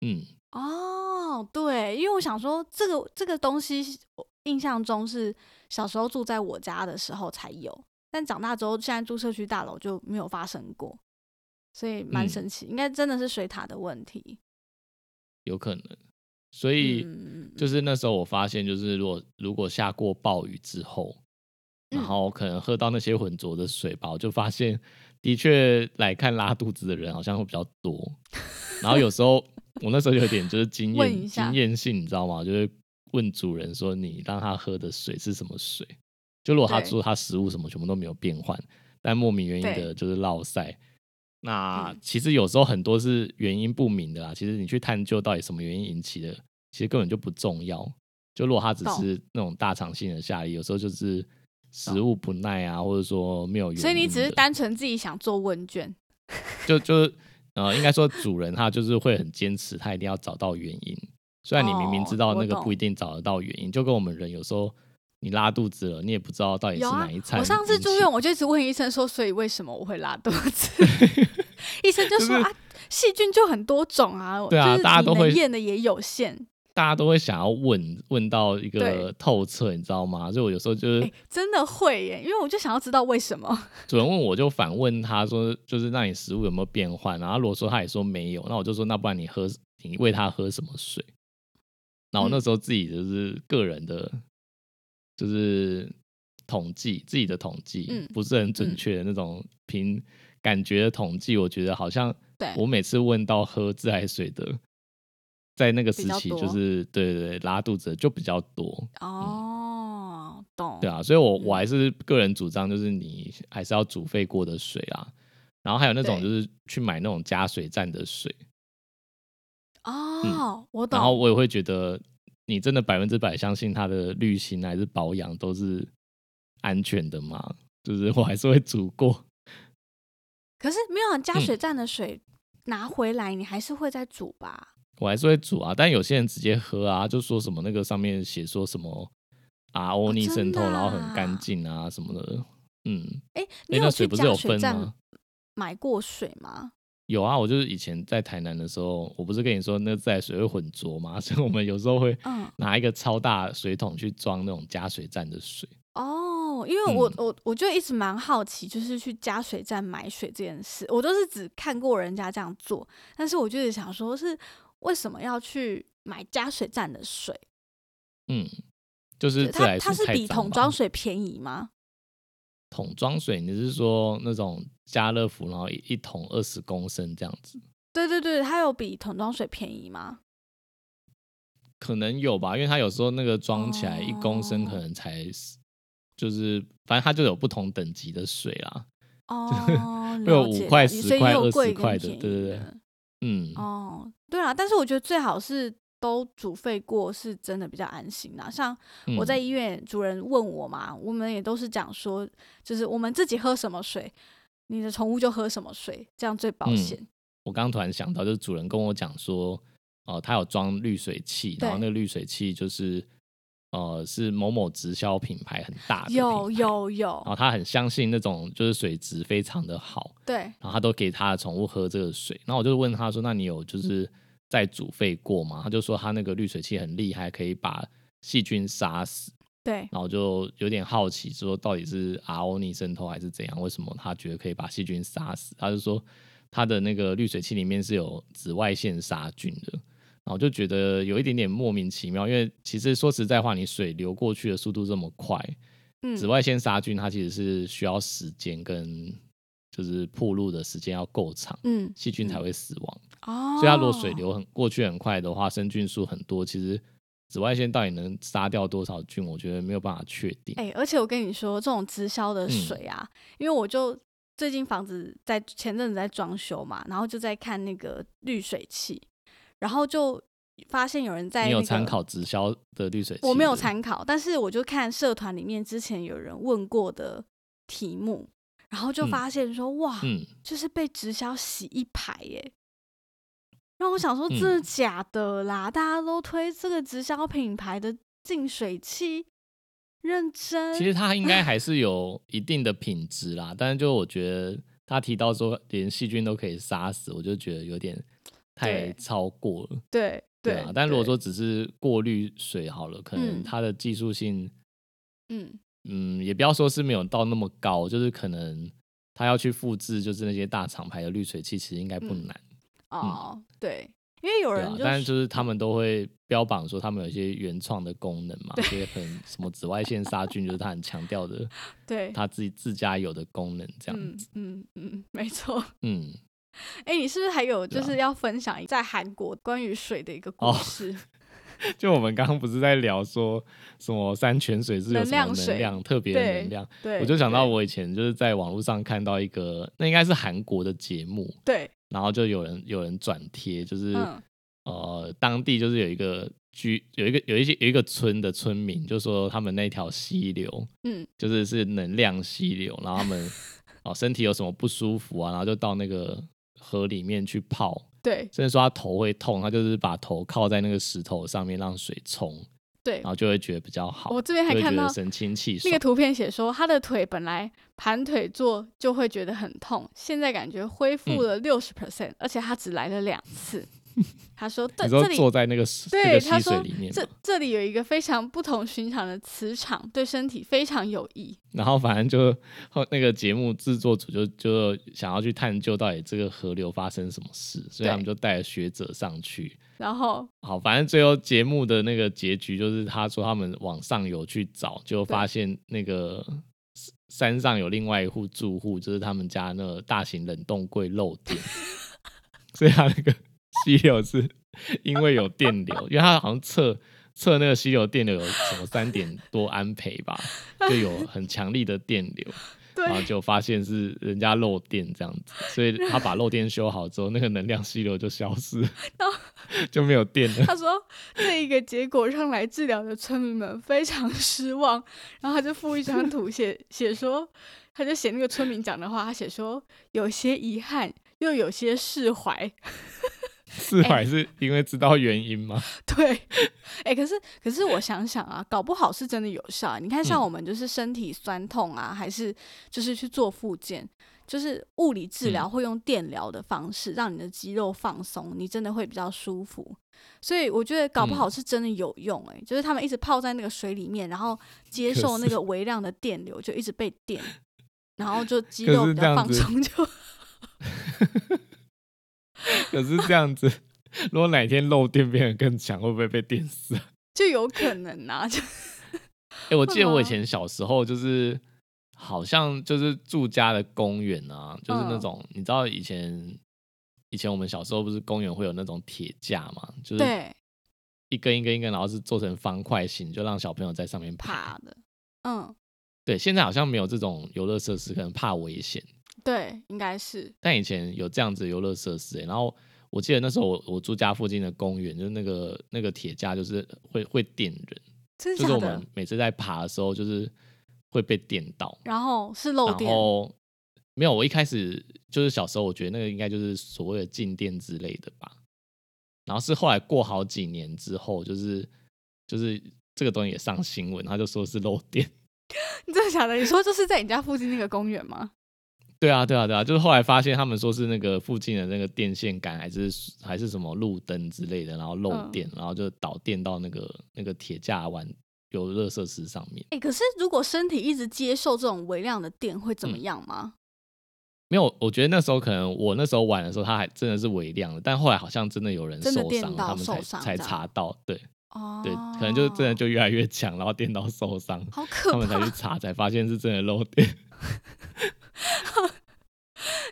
B: 嗯，
A: 哦，对，因为我想说，这个这个东西，我印象中是小时候住在我家的时候才有，但长大之后，现在住社区大楼就没有发生过，所以蛮
B: 嗯
A: 神奇，应该真的是水塔的问题。
B: 有可能。所以
A: 嗯，
B: 就是是那时候我发现，就是如果如果下过暴雨之后，
A: 嗯
B: 然后可能喝到那些浑浊的水吧，我就发现的确来看拉肚子的人好像会比较 多。然后有时候我那时候有点就是经
A: 问一
B: 验
A: 下
B: 经验性，你知道吗？就是问主人说你让他喝的水是什么水？就如果他
A: 对
B: 说他食物什么全部都没有变换，但莫名原因
A: 对
B: 的就是落塞。那
A: 嗯
B: 其实有时候很多是原因不明的啦，其实你去探究到底什么原因引起的，其实根本就不重要。就如果它只
A: 懂
B: 是那种大肠性的下痢，有时候就是食物不耐啊，或者说没有原因的，
A: 所以你只是单纯自己想做问卷，
B: 就就是呃，应该说主人他就是会很坚持，他一定要找到原因。虽然你明明
A: 哦
B: 知道那
A: 我
B: 个
A: 懂
B: 不一定找得到原因，就跟我们人有时候你拉肚子了，你也不知道到底是
A: 有啊
B: 哪一，
A: 我
B: 餐引起。
A: 上次住院，我就一直问医生说，所以为什么我会拉肚 子？医生就
B: 就
A: 说
B: 是
A: 啊，细菌就很多种啊，
B: 对啊
A: 就是
B: 大家
A: 你
B: 都
A: 能
B: 会
A: 验的也有限。
B: 大家都会想要问问到一
A: 对
B: 个透彻，你知道吗？所以我有时候就
A: 哎、
B: 是
A: 真的会耶，因为我就想要知道为什么。
B: 主人问我就反问他说，就是那你食物有没有变换？然后如果说他也说没有，那我就说那不然你喝你喂他喝什么水？然后我那
A: 嗯
B: 时候自己就是个人的，就是统计自己的统计，
A: 嗯
B: 不是很准
A: 嗯
B: 确的那种凭感觉的统计，我觉得好像
A: 对
B: 我每次问到喝自来水的，在那个
A: 比
B: 时
A: 较
B: 期
A: 多
B: 就是对对对拉肚子的就比较多，
A: 哦，懂。
B: 对啊，所以我
A: 嗯
B: 我还是个人主张，就是你还是要煮沸过的水啊。然后还有那种
A: 对
B: 就是去买那种加水站的水，
A: 哦，我懂。
B: 嗯然后我也会觉得你真的百分之百相信它的滤芯还是保养都是安全的吗？就是我还是会煮过，
A: 可是没有啊
B: 嗯
A: 加水站的水拿回来，你还是会再煮吧？
B: 我还是会煮啊。但有些人直接喝啊，就说什么那个上面写说什么 RO 逆渗透，
A: 哦真的啊
B: 然后很干净啊什么的。嗯，
A: 哎、
B: 哎、
A: 你
B: 那
A: 有
B: 水
A: 去
B: 不是有
A: 加水
B: 分吗
A: 站？买过水吗？
B: 有啊，我就是以前在台南的时候，我不是跟你说那自来水会混浊吗？ 所以我们有时候会
A: 嗯，
B: 拿一个超大的水桶去装那种加水站的水。
A: 哦，因为我、
B: 嗯
A: 我我就一直蛮好奇，就是去加水站买水这件事，我都是只看过人家这样做，但是我就是想说，是为什么要去买加水站的水？
B: 嗯，就是自
A: 它
B: 来
A: 它
B: 水
A: 是
B: 太
A: 比
B: 脏
A: 桶
B: 吧
A: 装 水便宜吗？
B: 桶装水，你是说那种家乐福，然后一一桶二十公升这样子？
A: 对对对，它有比桶装水便宜吗？
B: 可能有吧，因为它有时候那个装起来
A: 哦
B: 一公升可能才十，就是反正它就有不同等级的水啦。
A: 哦，
B: 会有
A: 了解
B: 5块
A: 了
B: 10
A: 所以也
B: 块
A: 有
B: 20
A: 贵跟
B: 块的
A: 便宜
B: 对对对嗯，
A: 哦，对啦，但是我觉得最好是都煮沸过，是真的比较安心啦。像
B: 嗯
A: 我在医院，主人问我嘛，我们也都是讲说，就是我们自己喝什么水，你的宠物就喝什么水，这样最保
B: 嗯
A: 险。
B: 我刚刚突然想到，就是主人跟我讲说，哦、他有装滤水器，
A: 对
B: 然后那个滤水器就是呃是某某直销品牌很大的品牌
A: 有，有
B: 然
A: 有，
B: 后他很相信那种就是水质非常的好，
A: 对，
B: 然后他都给他的宠物喝这个水。然后我就问他说：“那你有就是在煮沸过吗？”他就说他那个滤水器很厉害，可以把细菌杀死。
A: 对，
B: 然后我就有点好奇，说到底是 RO 逆渗透还是怎样？为什么他觉得可以把细菌杀死？他就说他的那个滤水器里面是有紫外线杀菌的。然后我就觉得有一点点莫名其妙，因为其实说实在话，你水流过去的速度这么快，
A: 嗯，
B: 紫外线杀菌它其实是需要时间跟就是铺路的时间要够长，
A: 嗯，
B: 细菌才会死亡。
A: 哦，
B: 所以它如果水流很过去很快的话，生菌数很多，其实紫外线到底能杀掉多少菌，我觉得没有办法确定。
A: 哎、而且我跟你说，这种直销的
B: 嗯
A: 水啊，因为我就最近房子在前阵子在装修嘛，然后就在看那个滤水器，然后就发现有人在、那
B: 你有
A: 个
B: 参考直销的滤水器？
A: 我没有
B: 是不是
A: 参考，但是我就看社团里面之前有人问过的题目，然后就
B: 嗯
A: 发现说、哇，
B: 嗯，
A: 就是被直销洗一排耶。然后我想说，
B: 嗯
A: 真的假的啦？大家都推这个直销品牌的净水器，认真。
B: 其实它应该还是有一定的品质啦，但是就我觉得他提到说连细菌都可以杀死，我就觉得有点太
A: 对
B: 超过了。
A: 对
B: 对啊，但如果
A: 对
B: 说只是过滤水好了，可能
A: 嗯
B: 它的技术性，
A: 嗯，
B: 嗯也不要说是没有到那么高，就是可能它要去复制，就是那些大厂牌的滤水器，其实应该不
A: 嗯
B: 难，
A: 哦，对，因为有
B: 对
A: 人
B: 啊
A: 就。
B: 但是
A: 说
B: 就是他们都会标榜说他们有一些原创的功能嘛，所以可能什么紫外线杀菌，就是他很强调的，
A: 对，
B: 他自己自家有的功能这样
A: 嗯
B: 子。
A: 嗯嗯，没错。
B: 嗯，
A: 哎，你是不是还有
B: 对
A: 就
B: 啊
A: 是要分享在韩国关于水的一个故
B: 哦
A: 事？
B: 嗯就我们刚刚不是在聊说什么山泉水是有
A: 能
B: 什
A: 量
B: 么
A: 水
B: 能量特别的
A: 对
B: 能量，
A: 对，
B: 我就想到
A: 对
B: 我以前就是在网络上看到一个，那应该是韩国的节目，
A: 对，
B: 然后就有人有人转贴，就是、
A: 嗯
B: 呃当地就是有一个居有一个有一些有一个村的村民就说他们那条溪流
A: 嗯
B: 就是是能量溪流，然后他 们哦身体有什么不舒服啊，然后就到那个河里面去泡，
A: 对
B: 甚至说他头会痛，他就是把头靠在那个石头上面让水冲，
A: 对
B: 然，后就会觉得比较啊好，
A: 我这边还
B: 就会
A: 看
B: 觉得
A: 到
B: 神清气
A: 那
B: 爽
A: 个。图片写说，他的腿本来盘腿坐就会觉得很痛，现在感觉恢复
B: 嗯
A: 了六十 percent，而且他只来了两 次。他说：“对，
B: 你
A: 这
B: 说
A: 里
B: 坐在那个水那
A: 对
B: 个
A: 他
B: 溪
A: 说
B: 水里面
A: 这
B: 嘛，
A: 这里有一个非常不同寻常的磁场，对身体非常有益。
B: 然后反正就后那个节目制作组就就想要去探究到底这个河流发生什么事，所以他们就带了学者上去。
A: 然后
B: 好，反正最后节目的那个结局就是他说他们往上游去找，就发现那个山山上有另外一户住户，就是他们家那个大型冷冻柜漏 电，所以他那个溪流是因为有电流，因为他好像测测那个溪流电流有什么三点多安培吧，就有很强力的电流，
A: 对
B: 然后就发现是人家漏电这样子，所以他把漏电修好之后，那个能量溪流就消失了
A: 然后，
B: 就没有电了。
A: 他说这一个结果让来治疗的村民们非常失望，然后他就附一张图写写说，他就写那个村民讲的话，他写说有些遗憾，又有些释怀。
B: 四海是因为知道原因吗？
A: 对，哎、可是可是我想想啊，搞不好是真的有效啊。你看，像
B: 嗯
A: 我们就是身体酸痛啊，还是就是去做复健，就是物理治
B: 嗯
A: 疗会用电疗的方式、让你的肌肉放松，你真的会比较舒服。所以我觉得搞不好
B: 嗯
A: 是真的有用、欸，哎、就是他们一直泡在那个水里面，然后接
B: 可
A: 受那
B: 是
A: 个微量的电流，就一直被电，然后就肌
B: 可
A: 肉
B: 是
A: 比
B: 这
A: 较
B: 样
A: 放
B: 子
A: 松，就
B: 可是这样子， 如果哪天漏电变得更强，会不会被电死啊？
A: 就有可能啊，就
B: 哎、我记得
A: 会
B: 我以
A: 吗
B: 前小时候就是，好像就是住家的公园啊，就是那
A: 嗯
B: 种、你知道以前以前我们小时候不是公园会有那种铁架嘛，就是
A: 对
B: 一根一根一根，然后是做成方块形，就让小朋友在上面爬。
A: 怕的，嗯，
B: 对，现在好像没有这种游乐设施，可能怕危险。
A: 对，应该是。
B: 但以前有这样子的游乐设施欸、然后我记得那时候我我住家附近的公园，就是那个那个铁架，就是会会电人，
A: 真
B: 就
A: 的假
B: 是我
A: 的
B: 们？每次在爬的时候，就是会被电到。
A: 然后是漏
B: 然
A: 电，
B: 后没有，我一开始就是小时候，我觉得那个应该就是所谓的静电之类的吧。然后是后来过好几年之后，就是就是这个东西也上新闻，他就说是漏电。
A: 你 真的假的？你说就是在你家附近那个公园吗？
B: 对啊，对啊，对啊，就是后来发现他们说是那个附近的那个电线杆还是还是什么路灯之类的，然后漏
A: 嗯
B: 电，然后就导电到那个那个铁架玩游乐设施上面。
A: 哎、可是如果身体一直接受这种微量的电，会怎么
B: 嗯
A: 样吗？
B: 没有，我觉得那时候可能我那时候玩的时候，它还真的是微量的，但后来好像真的有人
A: 真的
B: 受
A: 电
B: 伤，
A: 到
B: 他们才
A: 受伤
B: 才
A: 这样
B: 查到，对
A: 哦，
B: 对，可能就真的就越来越强，然后电到 受伤，
A: 好可
B: 他们才去
A: 怕，
B: 查，才发现是真的漏电。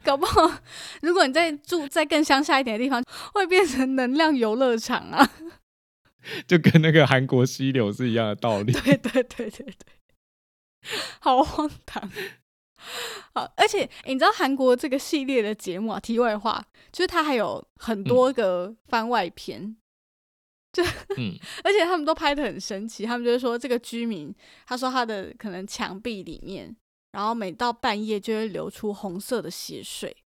A: 搞不好如果你在住在更乡下一点的地方，会变成能量游乐场 啊！
B: 就跟那个韩国溪流是一样的道理。
A: 对对对对对，好荒唐。好，而且、诶你知道韩国这个系列的节目啊，题外话，就是它还有很多个番外篇，
B: 嗯，
A: 而且他们都拍的很神奇，他们就是说这个居民，他说他的可能墙壁里面，然后每到半夜就会流出红色的血水，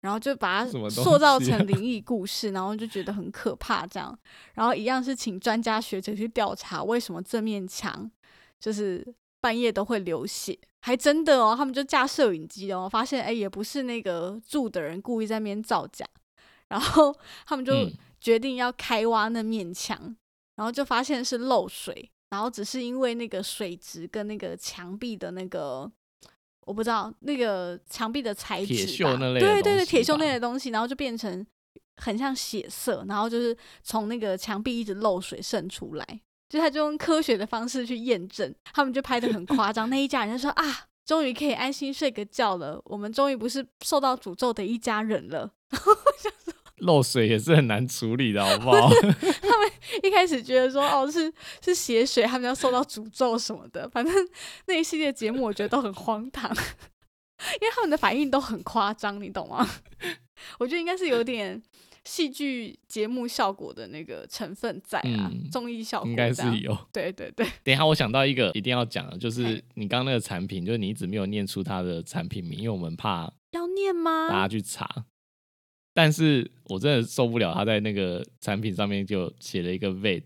A: 然后就把它
B: 什么东西啊
A: 塑造成灵异故事，然后就觉得很可怕这样，然后一样是请专家学者去调查为什么这面墙就是半夜都会流血。还真的哦，他们就架摄影机哦，发现哎、也不是那个住的人故意在那边造假，然后他们就
B: 嗯
A: 决定要开挖那面墙，然后就发现是漏水，然后只是因为那个水质跟那个墙壁的那个。我不知道那个墙壁的材质吧，
B: 铁锈那类的
A: 对对
B: 东
A: 对，
B: 西
A: 铁锈那
B: 吧
A: 类的东西，然后就变成很像血色，然后就是从那个墙壁一直漏水渗出来，就是他就用科学的方式去验证，他们就拍的很夸张。那一家人就说啊，终于可以安心睡个觉了，我们终于不是受到诅咒的一家人了。
B: 漏水也是很难处理的，好 不好？
A: 一开始觉得说哦是是血水，他们要受到诅咒什么的，反正 那一系列节目我觉得都很荒唐，因为他们的反应都很夸张，你懂吗？ 我觉得应该是有点戏剧节目效果的那个成分在啊，
B: 嗯
A: 综艺效果
B: 应该
A: 这样
B: 是有。
A: 对对对，
B: 等一下，我想到一个一定要讲的，就是
A: 嘿
B: 你刚刚那个产品，就是你一直没有念出它的产品名，因为我们怕
A: 要念
B: 大
A: 吗
B: 家？去查。但是我真的受不了，他在那个产品上面就写了一个 vet，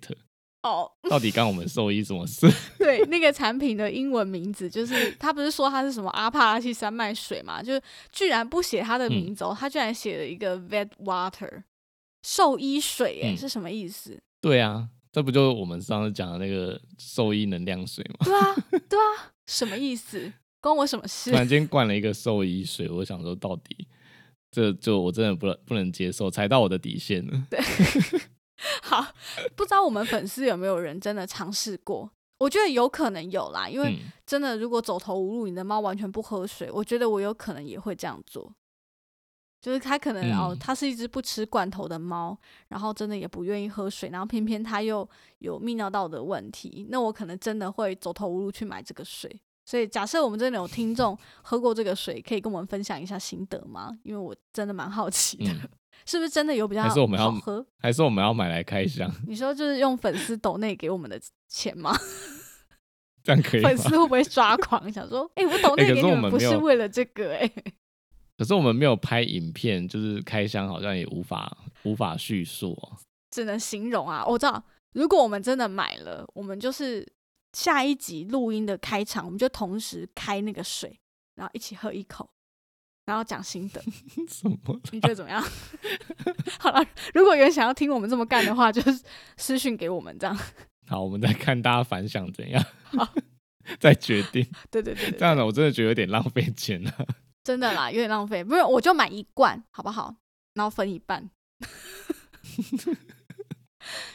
A: 哦，
B: 到底干我们兽医什么事？
A: 对，那个产品的英文名字就是他不是说它是什么阿帕拉契山脉水嘛，就是居然不写
B: 嗯
A: 它的名字哦，他居然写了一个 vet water 兽医水、欸，
B: 嗯
A: 是什么意 思？
B: 对啊，这不就是我们上次讲的那个兽医能量水吗？
A: 对啊，对啊，什么意思？关我什么事
B: 突？然间灌了一个兽医水，我想说到底。这就我真的不能不能接受，踩到我的底线了。
A: 好，不知道我们粉丝有没有人真的尝试过？我觉得有可能有啦，因为
B: 嗯，
A: 真的如果走投无路，你的猫完全不喝水，我觉得我有可能也会这样做。就是它可能、哦
B: 嗯，
A: 它是一只不吃罐头的猫，然后真的也不愿意喝水，然后偏偏它又有泌尿道的问题，那我可能真的会走投无路去买这个水。所以假设我们真的有听 众喝过这个水，可以跟我们分享一下心得吗？因为我真的蛮好奇的，
B: 嗯，
A: 是不是真的有比较
B: 还是我们要
A: 好喝？
B: 还是我们要买来开箱，
A: 你说就是用粉丝抖内给我们的钱吗？
B: 这样可以吗
A: 粉？丝会不会抓狂？想说，哎、我抖
B: 哎
A: 内
B: 可
A: 给你
B: 是我
A: 们
B: 们
A: 不
B: 没
A: 是
B: 有
A: 为了这个、哎，
B: 可是我们没有拍影片，就是开箱好像也无法无法叙述、哦。
A: 只能形容啊。我知道，如果我们真的买了，我们就是下一集录音的开场，我们就同时开那个水，然后一起喝一口，然后讲心 得。
B: 什么？
A: 你觉得怎么样？ 好了，如果有人想要听我们这么干的话，就是私讯给我们这样。
B: 好，我们再看大家反响怎样
A: 好，
B: 再决定。
A: 对对对对嗯
B: 这样子我真的觉得有点浪费钱了、
A: 真的啦，有点浪费。不是，我就买一罐，好不好？然后分一半。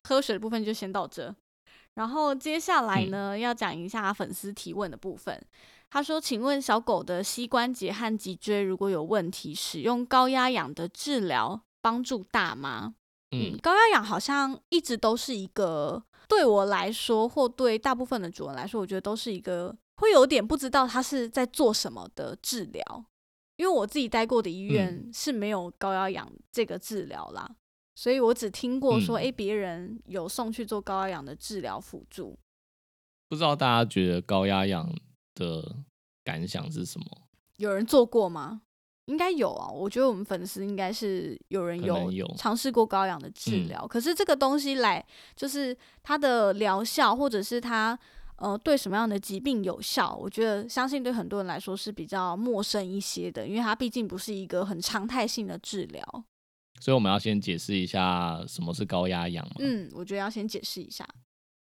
A: 喝水的部分就先到这，然后接下来呢，要讲一下粉丝提问的部分。他说：“请问小狗的膝关节和脊椎如果有问题，使用高压氧的治疗帮助大吗？”嗯
B: 嗯，，
A: 高压氧好像一直都是一个对我来说，或对大部分的主人来说，我觉得都是一个会有点不知道他是在做什么的治疗。因为我自己待过的
B: 嗯
A: 医院是没有高压氧这个治疗啦，所以我只听过说，
B: 嗯
A: 诶，别人有送去做高压氧的治疗辅助。
B: 不知道大家觉得高压氧的感想是什么？
A: 有人做过吗？应该有啊，我觉得我们粉丝应该是有人
B: 可
A: 有
B: 能有嗯
A: 尝试过高氧的治疗，可是这个东西来就是它的疗效，或者是它呃对什么样的疾病有效，我觉得相信对很多人来说是比较陌生一些的，因为它毕竟不是一个很常态性的治疗。
B: 所以我们要先解释一下什么是高压氧嘛？
A: 嗯，我觉得要先解释一下，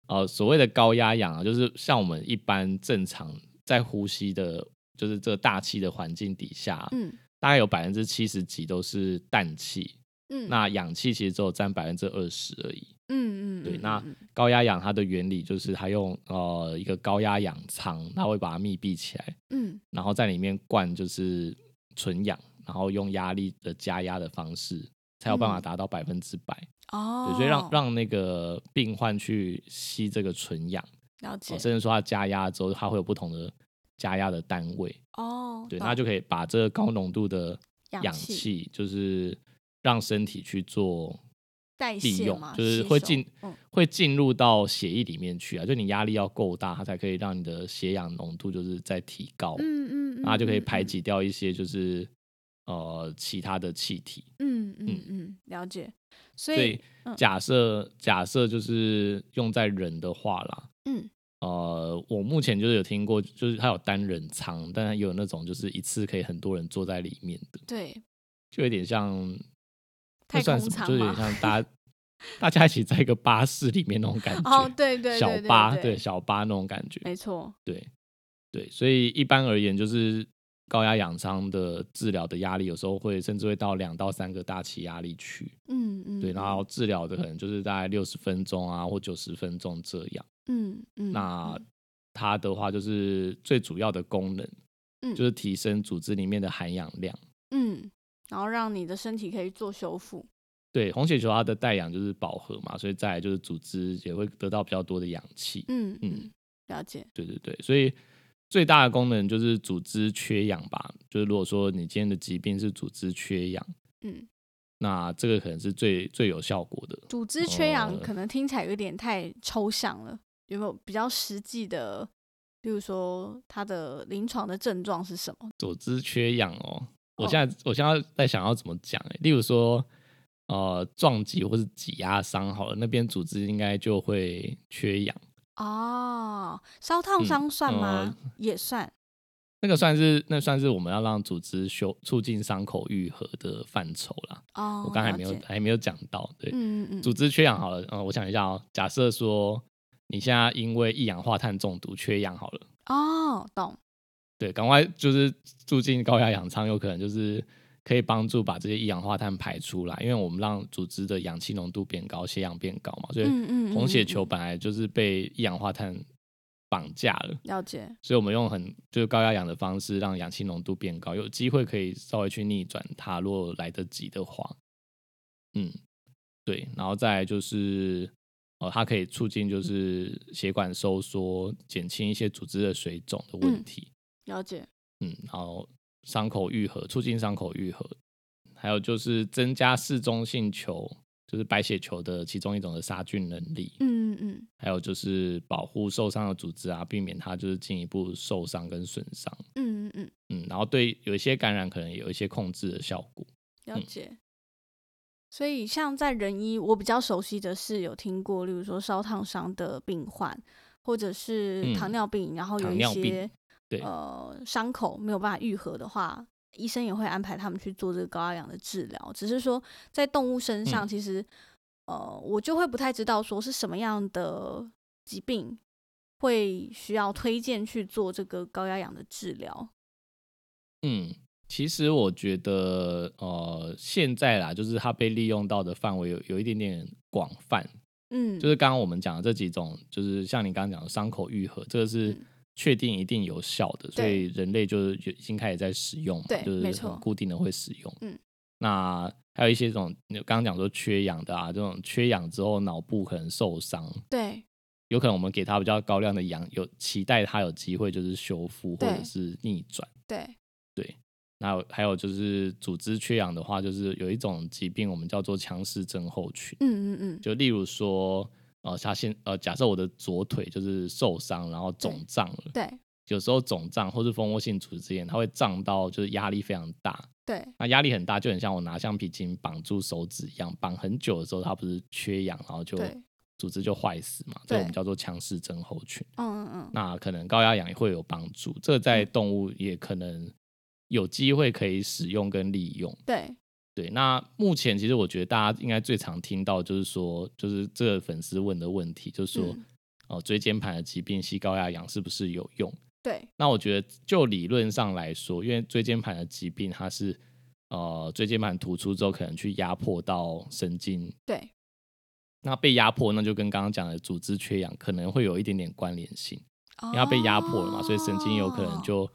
B: 哦，所谓的高压氧啊，就是像我们一般正常在呼吸的，就是这个大气的环境底下，
A: 嗯
B: 大概有百分之七十几都是氮气，
A: 嗯，
B: 那氧气其实只有占百分之二十而已。
A: 嗯嗯
B: 对
A: 嗯
B: 那
A: 嗯
B: 高压氧它的原理就是它用呃一个高压氧舱，它会把它密闭起来，
A: 嗯
B: 然后在里面灌就是纯氧，然后用压力的加压的方式，才有办法
A: 嗯
B: 达到百分之百。
A: 哦，
B: 对，所以让让那个病患去吸这个纯氧，
A: 了解
B: 哦甚至说它加压之后，它会有不同的加压的单位。
A: 哦，
B: 对，
A: 懂
B: 那就可以把这个高浓度的氧
A: 气
B: 气，就是让身体去做
A: 代
B: 利
A: 谢
B: 用
A: 嘛，
B: 就
A: 吸
B: 是会
A: 收
B: 进
A: 嗯
B: 会进入到血液里面去啊，就你压力要够大，它才可以让你的血氧浓度就是在提高，
A: 嗯嗯，
B: 那就可以
A: 嗯
B: 排
A: 嗯
B: 挤掉一些就是呃其他的气体。
A: 嗯嗯
B: 嗯
A: 嗯，了解。所
B: 所以
A: 以，嗯
B: 假设假设就是用在人的话啦，
A: 嗯
B: 呃，我目前就是有听过，就是它有单人舱，但也有那种就是一次可以很多人坐在里面的，
A: 对，
B: 就有点像
A: 太
B: 那算
A: 空
B: 什么？
A: 舱
B: 就是有
A: 吗
B: 点像大家大家一起在一个巴士里面那种感觉，
A: 哦，对对对，
B: 小
A: 对
B: 巴
A: 对，
B: 小巴那种感觉，
A: 没错，
B: 对对，所以一般而言就是。高压氧舱的治疗的压力，有时候会甚至会到两到三个大气压力区，
A: 嗯嗯，嗯
B: 对，然后治疗的可能就是大概六十分钟啊，或九十分钟这样。
A: 嗯嗯，
B: 那
A: 嗯
B: 它的话就是最主要的功能，
A: 嗯
B: 就是提升组织里面的含氧量。
A: 嗯，然后让你的身体可以做修复，
B: 对，红血球它的带氧就是饱和嘛，所以再来就是组织也会得到比较多的氧气。
A: 嗯
B: 嗯
A: 嗯，了解，
B: 对对对，所以最大的功能就是组织缺氧吧。就是如果说你今天的疾病是组织缺氧，
A: 嗯，
B: 那这个可能是最最有效果的。
A: 组织缺氧
B: 呃
A: 可能听起来有点太抽象了，有没有比较实际的？比如说，它的临床的症状是什么？
B: 组织缺氧哦。我
A: 哦
B: 现在、我现在在想要怎么讲、欸，例如说，呃，撞击或是挤压伤好了，那边组织应该就会缺氧，
A: 哦，烧烫
B: 嗯
A: 伤算
B: 呃
A: 吗？也算，
B: 那个算是那算是我们要让组织修促进伤口愈合的范畴啦。
A: 哦，
B: 我刚才
A: 了
B: 没有
A: 解
B: 还没有讲到，对，
A: 嗯嗯嗯，
B: 组织缺氧好了，嗯、我想一下哦，假设说你现在因为一氧化碳中毒缺氧好了。
A: 哦，懂，
B: 对，赶快就是住进高压氧舱，有可能就是可以帮助把这些一氧化碳排出来，因为我们让组织的氧气浓度变高，血氧变高嘛，所以
A: 嗯嗯，
B: 红
A: 嗯
B: 血
A: 嗯
B: 球本来就是被一氧化碳绑架了，
A: 了解，
B: 所以我们用很就是高压氧的方式让氧气浓度变高，有机会可以稍微去逆转它，如果来得及的话，嗯，对，然后再来就是。哦，它可以促进就是血管收缩，减轻一些组织的水肿的问
A: 嗯
B: 题。
A: 了解，
B: 嗯，然后伤口愈合，促进伤口愈合，还有就是增加嗜中性球，就是白血球的其中一种的杀菌能力。
A: 嗯嗯
B: 还有就是保护受伤的组织啊，避免它就是进一步受伤跟损伤。
A: 嗯嗯嗯，
B: 嗯，然后对有一些感染可能有一些控制的效果。
A: 了
B: 嗯
A: 解。所以，像在仁医，我比较熟悉的是有听过，例如说烧烫伤的病患，或者是糖
B: 嗯
A: 尿病，然后有
B: 糖
A: 一
B: 尿病
A: 些
B: 对
A: 呃伤口没有办法愈合的话，医生也会安排他们去做这个高压氧的治疗。只是说，在动物身上，
B: 嗯
A: 其实、呃，我就会不太知道说是什么样的疾病会需要推荐去做这个高压氧的治疗。
B: 嗯，其实我觉得呃，现在啦，就是它被利用到的范围有有一点点广泛，
A: 嗯，
B: 就是刚刚我们讲的这几种，就是像你刚刚讲的伤口愈合，这个是
A: 嗯
B: 确定一定有效的，所以人类就是已经开始在使用嘛，
A: 对
B: 就
A: 没
B: 是
A: 错
B: 很固定的会使用。
A: 嗯，
B: 那还有一些这种，你刚刚讲说缺氧的啊，这种缺氧之后脑部可能受伤，
A: 对，
B: 有可能我们给它比较高量的氧，有期待它有机会就是修复或
A: 对
B: 者是逆转。
A: 对，
B: 还有还有就是组织缺氧的话，就是有一种疾病我们叫做强势症候群。
A: 嗯嗯嗯，
B: 就例如说，呃，他现呃，假设我的左腿就是受伤，然后肿胀了，
A: 对
B: 有时候肿胀或是蜂窝性组织炎，它会胀到就是压力非常大。
A: 对。
B: 那压力很大，就很像我拿橡皮筋绑住手指一样，绑很久的时候，它不是缺氧，然后就
A: 对，
B: 组织就坏死嘛，这
A: 对
B: 我们叫做强势症候群。
A: 嗯嗯嗯，
B: 那可能高压氧也会有帮助，这在
A: 嗯
B: 动物也可能有机会可以使用跟利用。
A: 对，
B: 对，那目前其实我觉得大家应该最常听到就是说，就是这个粉丝问的问题，就是说，
A: 嗯
B: 哦、椎间盘的疾病吸高压氧是不是有用？
A: 对，
B: 那我觉得就理论上来说，因为椎间盘的疾病它是呃椎间盘突出之后可能去压迫到神经，
A: 对，
B: 那被压迫那就跟刚刚讲的组织缺氧可能会有一点点关联性，
A: 因
B: 因为它被压迫了嘛，所以神经有可
A: 哦
B: 能就。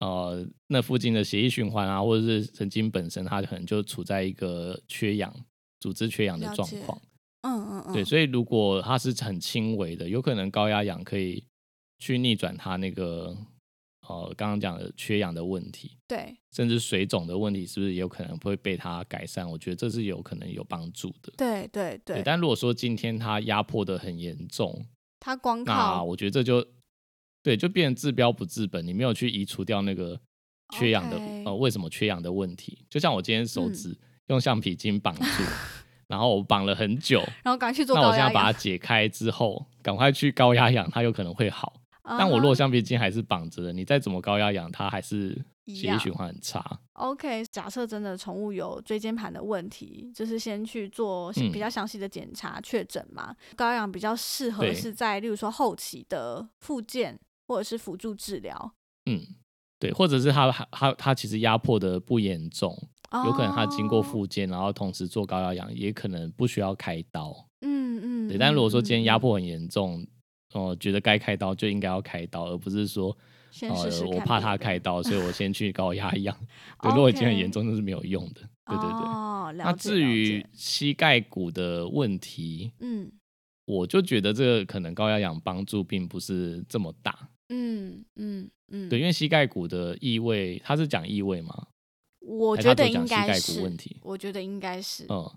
B: 呃，那附近的血液循环啊，或者是神经本身，它可能就处在一个缺氧、组织缺氧的
A: 了
B: 状
A: 解
B: 况。
A: 嗯嗯嗯，
B: 对，所以如果它是很轻微的，有可能高压氧可以去逆转它那个呃刚刚讲的缺氧的问题，
A: 对
B: 甚至水肿的问题，是不是也有可能会被它改善？我觉得这是有可能有帮助的。
A: 对对对，
B: 但如果说今天它压迫的很严重，
A: 他光
B: 那
A: 靠
B: 我觉得这就对，就变成治标不治本，你没有去移除掉那个缺氧的
A: OK 嗯
B: 呃，为什么缺氧的问题？就像我今天手指用橡皮筋绑住， 然后我绑了很久，
A: 然后赶快去做
B: 那我
A: 高
B: 现
A: 压
B: 在把
A: 氧，
B: 它解开之后，赶快去高压氧，它有可能会好。但我
A: 啊
B: 如果橡皮筋还是绑着的，你再怎么高压氧，它还是
A: 一
B: 血液
A: 样
B: 循环很差。
A: OK，假设真的宠物有椎间盘的问题，就是先去做
B: 嗯
A: 比较详细的检查确诊嘛。高氧比较适合
B: 对
A: 是在例如说后期的复健或者是辅助治疗，
B: 嗯，对，或者是它它它它其实压迫的不严重，有可能它经过
A: 哦
B: 复健，然后同时做高压氧，也可能不需要开刀。
A: 嗯嗯，
B: 对，但如果说
A: 嗯
B: 今天
A: 嗯
B: 压
A: 嗯
B: 迫很严重，哦、觉得该开刀就应该要开刀，而不是说，
A: 先试试
B: 呃，我
A: 看
B: 怕
A: 别
B: 他
A: 的
B: 开刀，所以我先去高压氧。 对，如果已经很严重，那是没有用的。对对对。
A: 哦，了
B: 那
A: 解
B: 至
A: 了
B: 于
A: 解
B: 膝盖骨的问题，
A: 嗯
B: 我就觉得这个可能高压氧帮助并不是这么大。
A: 嗯嗯嗯，
B: 对，因为膝盖骨的异位，他是讲异位嘛，
A: 我
B: 还
A: 觉
B: 是他
A: 得
B: 只有
A: 应
B: 讲膝
A: 该
B: 盖骨
A: 是
B: 问，题。
A: 我觉得应该是，
B: 嗯，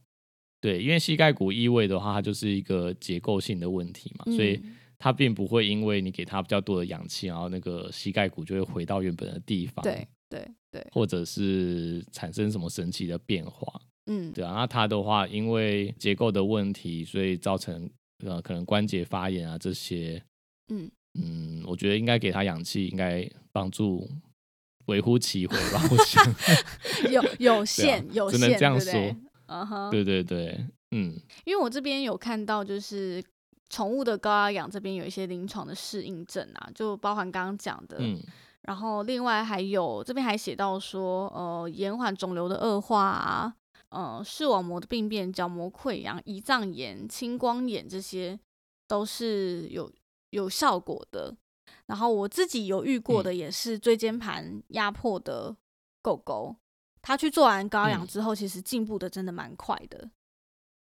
B: 对，因为膝盖骨异位的话，它就是一个结构性的问题嘛，所以
A: 嗯
B: 它并不会因为你给它比较多的氧气，然后那个膝盖骨就会回到原本的地方，
A: 对，对对，
B: 或者是产生什么神奇的变化，
A: 嗯，
B: 对啊。那它的话，因为结构的问题，所以造成呃可能关节发炎啊这些，
A: 嗯
B: 嗯，我觉得应该给它氧气，应该帮助微乎其微吧，我想，
A: 有有限有
B: 啊只
A: 限，
B: 能这样
A: 对不对
B: 说？
A: 嗯哼，
B: 对对对， 嗯。
A: 因为我这边有看到就是。宠物的高压氧这边有一些临床的适应症啊，就包含刚刚讲的，
B: 嗯
A: 然后另外还有这边还写到说，呃，延缓肿瘤的恶化啊，呃，视网膜的病变、角膜溃疡、胰脏炎、青光眼这些都是有有效果的。然后我自己有遇
B: 嗯
A: 过的也是椎间盘压迫的狗狗，它去做完高氧
B: 嗯
A: 之后，其实进步的真的蛮快的。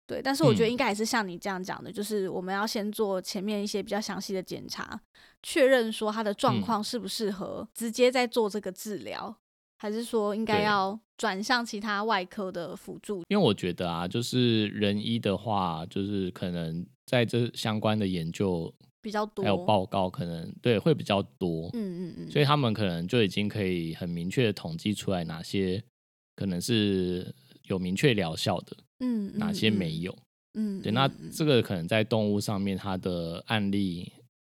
A: 对，但是我觉得
B: 嗯
A: 应该还是像你这样讲的，就是我们要先做前面一些比较详细的检查，确认说他的状
B: 嗯
A: 况适不适合，直接再做这个治疗，还是说应该
B: 对
A: 要转向其他外科的辅助？
B: 因为我觉得啊，就是人医的话，就是可能在这相关的研究
A: 比较多，
B: 还有报告，可能对会比较多，
A: 嗯嗯嗯，
B: 所以他们可能就已经可以很明确的统计出来哪些可能是有明确疗效的，
A: 嗯
B: 哪些没，有。
A: 嗯嗯，
B: 对，那
A: 嗯嗯
B: 这个可能在动物上面，它的案例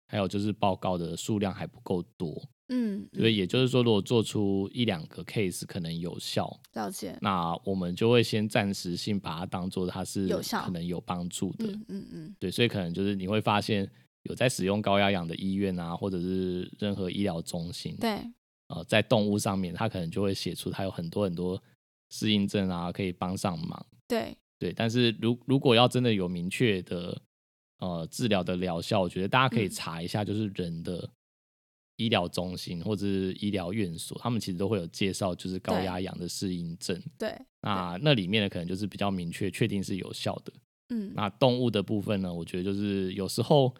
B: 还有就是报告的数量还不够多，
A: 嗯，嗯
B: 所以也就是说，如果做出一两个 case 可能有效，
A: 了解，
B: 那我们就会先暂时性把它当做它是
A: 有效
B: 可能有帮助的。
A: 嗯嗯嗯，
B: 对，所以可能就是你会发现有在使用高压氧的医院啊，或者是任何医疗中心，
A: 对，
B: 呃，在动物上面，它可能就会写出它有很多很多适应症啊，可以帮上忙。
A: 对，
B: 对，但是如如果要真的有明确的呃治疗的疗效，我觉得大家可以
A: 嗯
B: 查一下，就是人的医疗中心或者是医疗院所，他们其实都会有介绍，就是高
A: 对
B: 压氧的适应症。
A: 对，
B: 那那里面的可能就是比较明确，确定是有效的。
A: 嗯，
B: 那动物的部分呢，我觉得就是有时候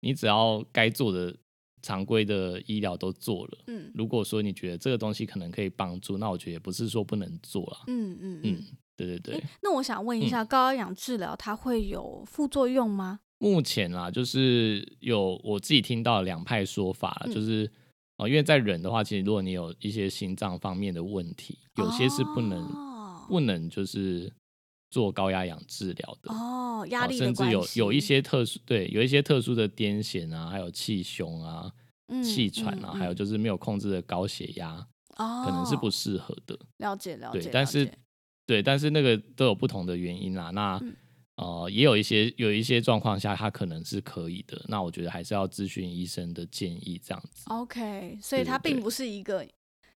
B: 你只要该做的常规的医疗都做了，
A: 嗯
B: 如果说你觉得这个东西可能可以帮助，那我觉得也不是说不能做啦。
A: 嗯嗯
B: 嗯
A: 嗯。，
B: 对对对。嗯
A: 诶那我想问一下，高压氧治疗它会有副作用吗？
B: 目前啦，就是有我自己听到两派说法，
A: 嗯
B: 就是呃，因为在人的话，其实如果你有一些心脏方面的问题，有些是不能、
A: 哦
B: 不能就是做高压氧治疗的，
A: 哦，
B: 呃
A: 压力的
B: 甚
A: 关
B: 至
A: 系，
B: 有有一些特殊对，有一些特殊的癫痫啊，还有气胸啊、
A: 嗯
B: 气喘啊，还有
A: 嗯
B: 就是没有控制的高血压，
A: 嗯
B: 可能是不
A: 哦
B: 适合的。
A: 了解了解，
B: 对
A: 了
B: 但是
A: 解
B: 对，但是那个都有不同的原因啦。那、
A: 嗯
B: 呃，也有一些有一些状况下，它可能是可以的。那我觉得还是要咨询医生的建议，这样子。
A: OK，所以
B: 对对
A: 它并
B: 对
A: 不是一个，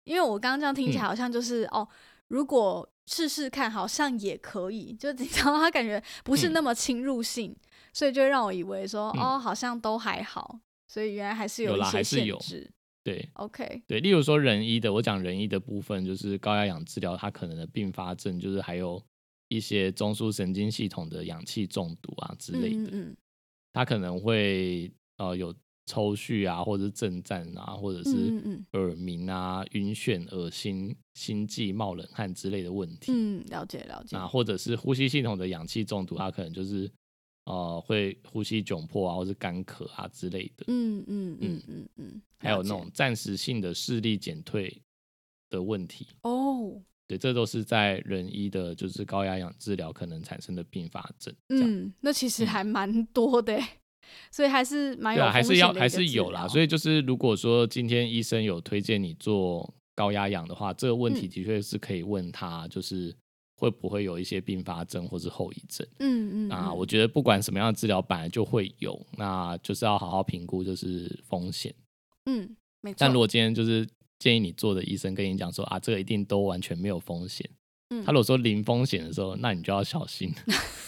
A: 因为我刚刚这样听起来
B: 嗯
A: 好像就是、哦，如果试试看，好像也可以，就你知道，它感觉不是
B: 嗯
A: 那么侵入性，所以就会让我以为说、
B: 嗯
A: 哦，好像都还好，所以原来还是
B: 有
A: 一
B: 啦
A: 些
B: 还是
A: 限
B: 有
A: 制。
B: 对
A: OK，
B: 对，例如说仁医的，我讲仁医的部分就是高压氧治疗，它可能的并发症就是还有一些中枢神经系统的氧气中毒啊之类的，
A: 嗯嗯
B: 它可能会呃有抽搐啊，或者是震颤啊，或者
A: 嗯嗯
B: 是
A: 嗯
B: 耳鸣啊、晕眩、恶心、心悸、冒冷汗之类的问题。
A: 嗯，了解了解
B: 那。或者是呼吸系统的氧气中毒，它可能就是呃会呼吸窘迫啊，或是干咳啊之类的，
A: 嗯嗯嗯
B: 嗯
A: 嗯嗯，
B: 还有
A: 了解
B: 那种暂时性的视力减退的问题。
A: 哦，
B: 对，这都是在人医的，就是高压氧治疗可能产生的并发症。这样，
A: 嗯，那其实
B: 嗯
A: 还蛮多的欸，所以还是蛮
B: 对
A: 有
B: 啊，还
A: 风
B: 是要
A: 险的一
B: 还
A: 个
B: 是
A: 治
B: 有啦。
A: 疗
B: 所以就是，如果说今天医生有推荐你做高压氧的话，这个问题
A: 嗯
B: 的确是可以问他，就是会不会有一些并发症或是后遗症。
A: 嗯嗯嗯
B: 那啊我觉得不管什么样的治疗，本来就会有，那就是要好好评估就是风险。
A: 嗯，没错。
B: 但如果今天就是建议你做的医生跟你讲说啊，这个一定都完全没有风险。
A: 嗯
B: 他如果说零风险的时候，那你就要 小心。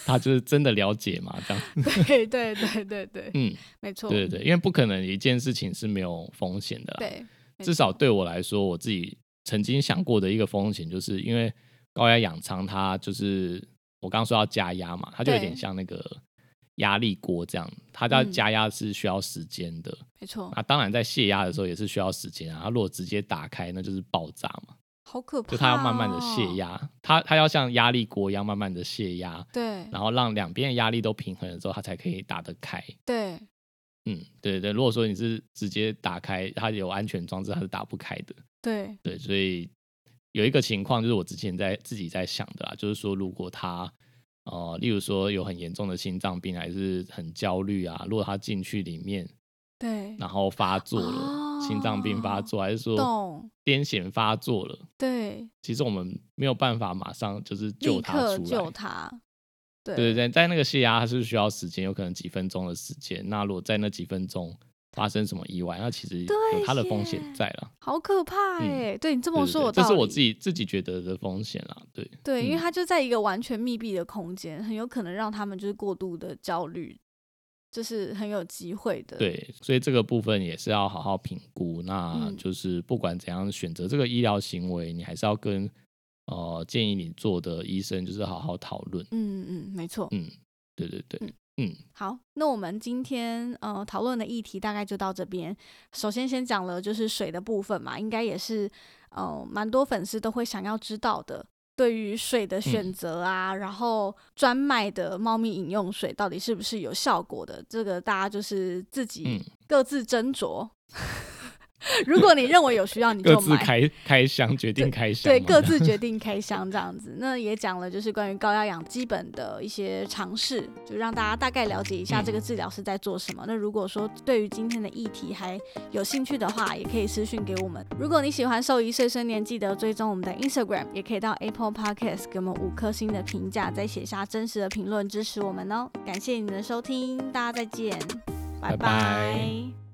B: 他就是真的了解嘛，这样。
A: 对对对对对，
B: 嗯，
A: 没 错，
B: 对对对，因为不可能一件事情是没有风险的啦。
A: 对没
B: 至少
A: 错
B: 对我来说，我自己曾经想过的一个风险，就是因为高压氧舱，它就是我刚刚说要加压嘛，它就有
A: 对
B: 点像那个压力锅这样，它要
A: 嗯哦
B: 加压是需要时间的。
A: 没错，
B: 那当然，在泄压的时候也是需要时间啊。它如果直接打开，那就是爆炸嘛，
A: 好可怕，
B: 就它要慢慢的
A: 哦
B: 泄，压，它它要像压力锅一样慢慢的泄压，
A: 对
B: 然后让两边的压力都平衡了之后，它才可以打得开。
A: 对，
B: 嗯，对对对，如果说你是直接打开，它有安全装置，它是打不开的。
A: 对，
B: 对，所以有一个情况就是我之前在自己在想的啦，就是说如果他呃，例如说有很严重的心脏病，还是很焦虑啊，如果他进去里面，
A: 对，
B: 然后发作了，心脏病发
A: 哦
B: 作，还是说
A: 懂，
B: 癫痫发作了，
A: 对，
B: 其实我们没有办法马上就是救
A: 立
B: 他
A: 刻
B: 出
A: 救
B: 来。
A: 他，对
B: 对对对，在那个泄压它是需要时间，有可能几分钟的时间。那如果在那几分钟发生什么意外，那其实有
A: 对
B: 它的风
A: 耶
B: 险在了。
A: 好可怕
B: 嗯
A: 哎，对你这
B: 对
A: 么
B: 对
A: 说
B: 对
A: 有
B: 这
A: 道
B: 是我
A: 理
B: 自己自己觉得的风险啦。对，
A: 对，因为
B: 嗯
A: 他就在一个完全密闭的空间，很有可能让他们就是过度的焦虑，这是很有机会的，，
B: 对，所以这个部分也是要好好评估。那
A: 嗯
B: 就是不管怎样选择这个医疗行为，你还是要跟呃建议你做的医生就是好好讨论。
A: 嗯嗯，没错。
B: 嗯，对对对，嗯
A: 好，那我们今天呃讨论的议题大概就到这边。首先先讲了就是水的部分嘛，应该也是呃蛮多粉丝都会想要知道的，对于水
B: 嗯
A: 的选择啊，然后专卖的猫咪饮用水到底是不是有效果的，这个大家就是自己
B: 嗯，
A: 各自斟酌。 如果你认为有需要，你
B: 各
A: 就
B: 自
A: 买。
B: 开开箱，决定开箱
A: 对，
B: 嘛
A: 各自决定开箱这样子。那也讲了，就是关于高压氧基本的一些常识，就让大家大概了解一下
B: 嗯
A: 这个治疗是在做什么。那如果说对于今天的议题还有兴趣的话，也可以私讯给我们。如果你喜欢兽医碎碎念，记得追踪我们的 Instagram，也可以到 Apple Podcast 给我们五颗星的评价，再写下真实的评论支持我们哦。感谢你们的收听，大家再见，
B: 拜拜
A: 拜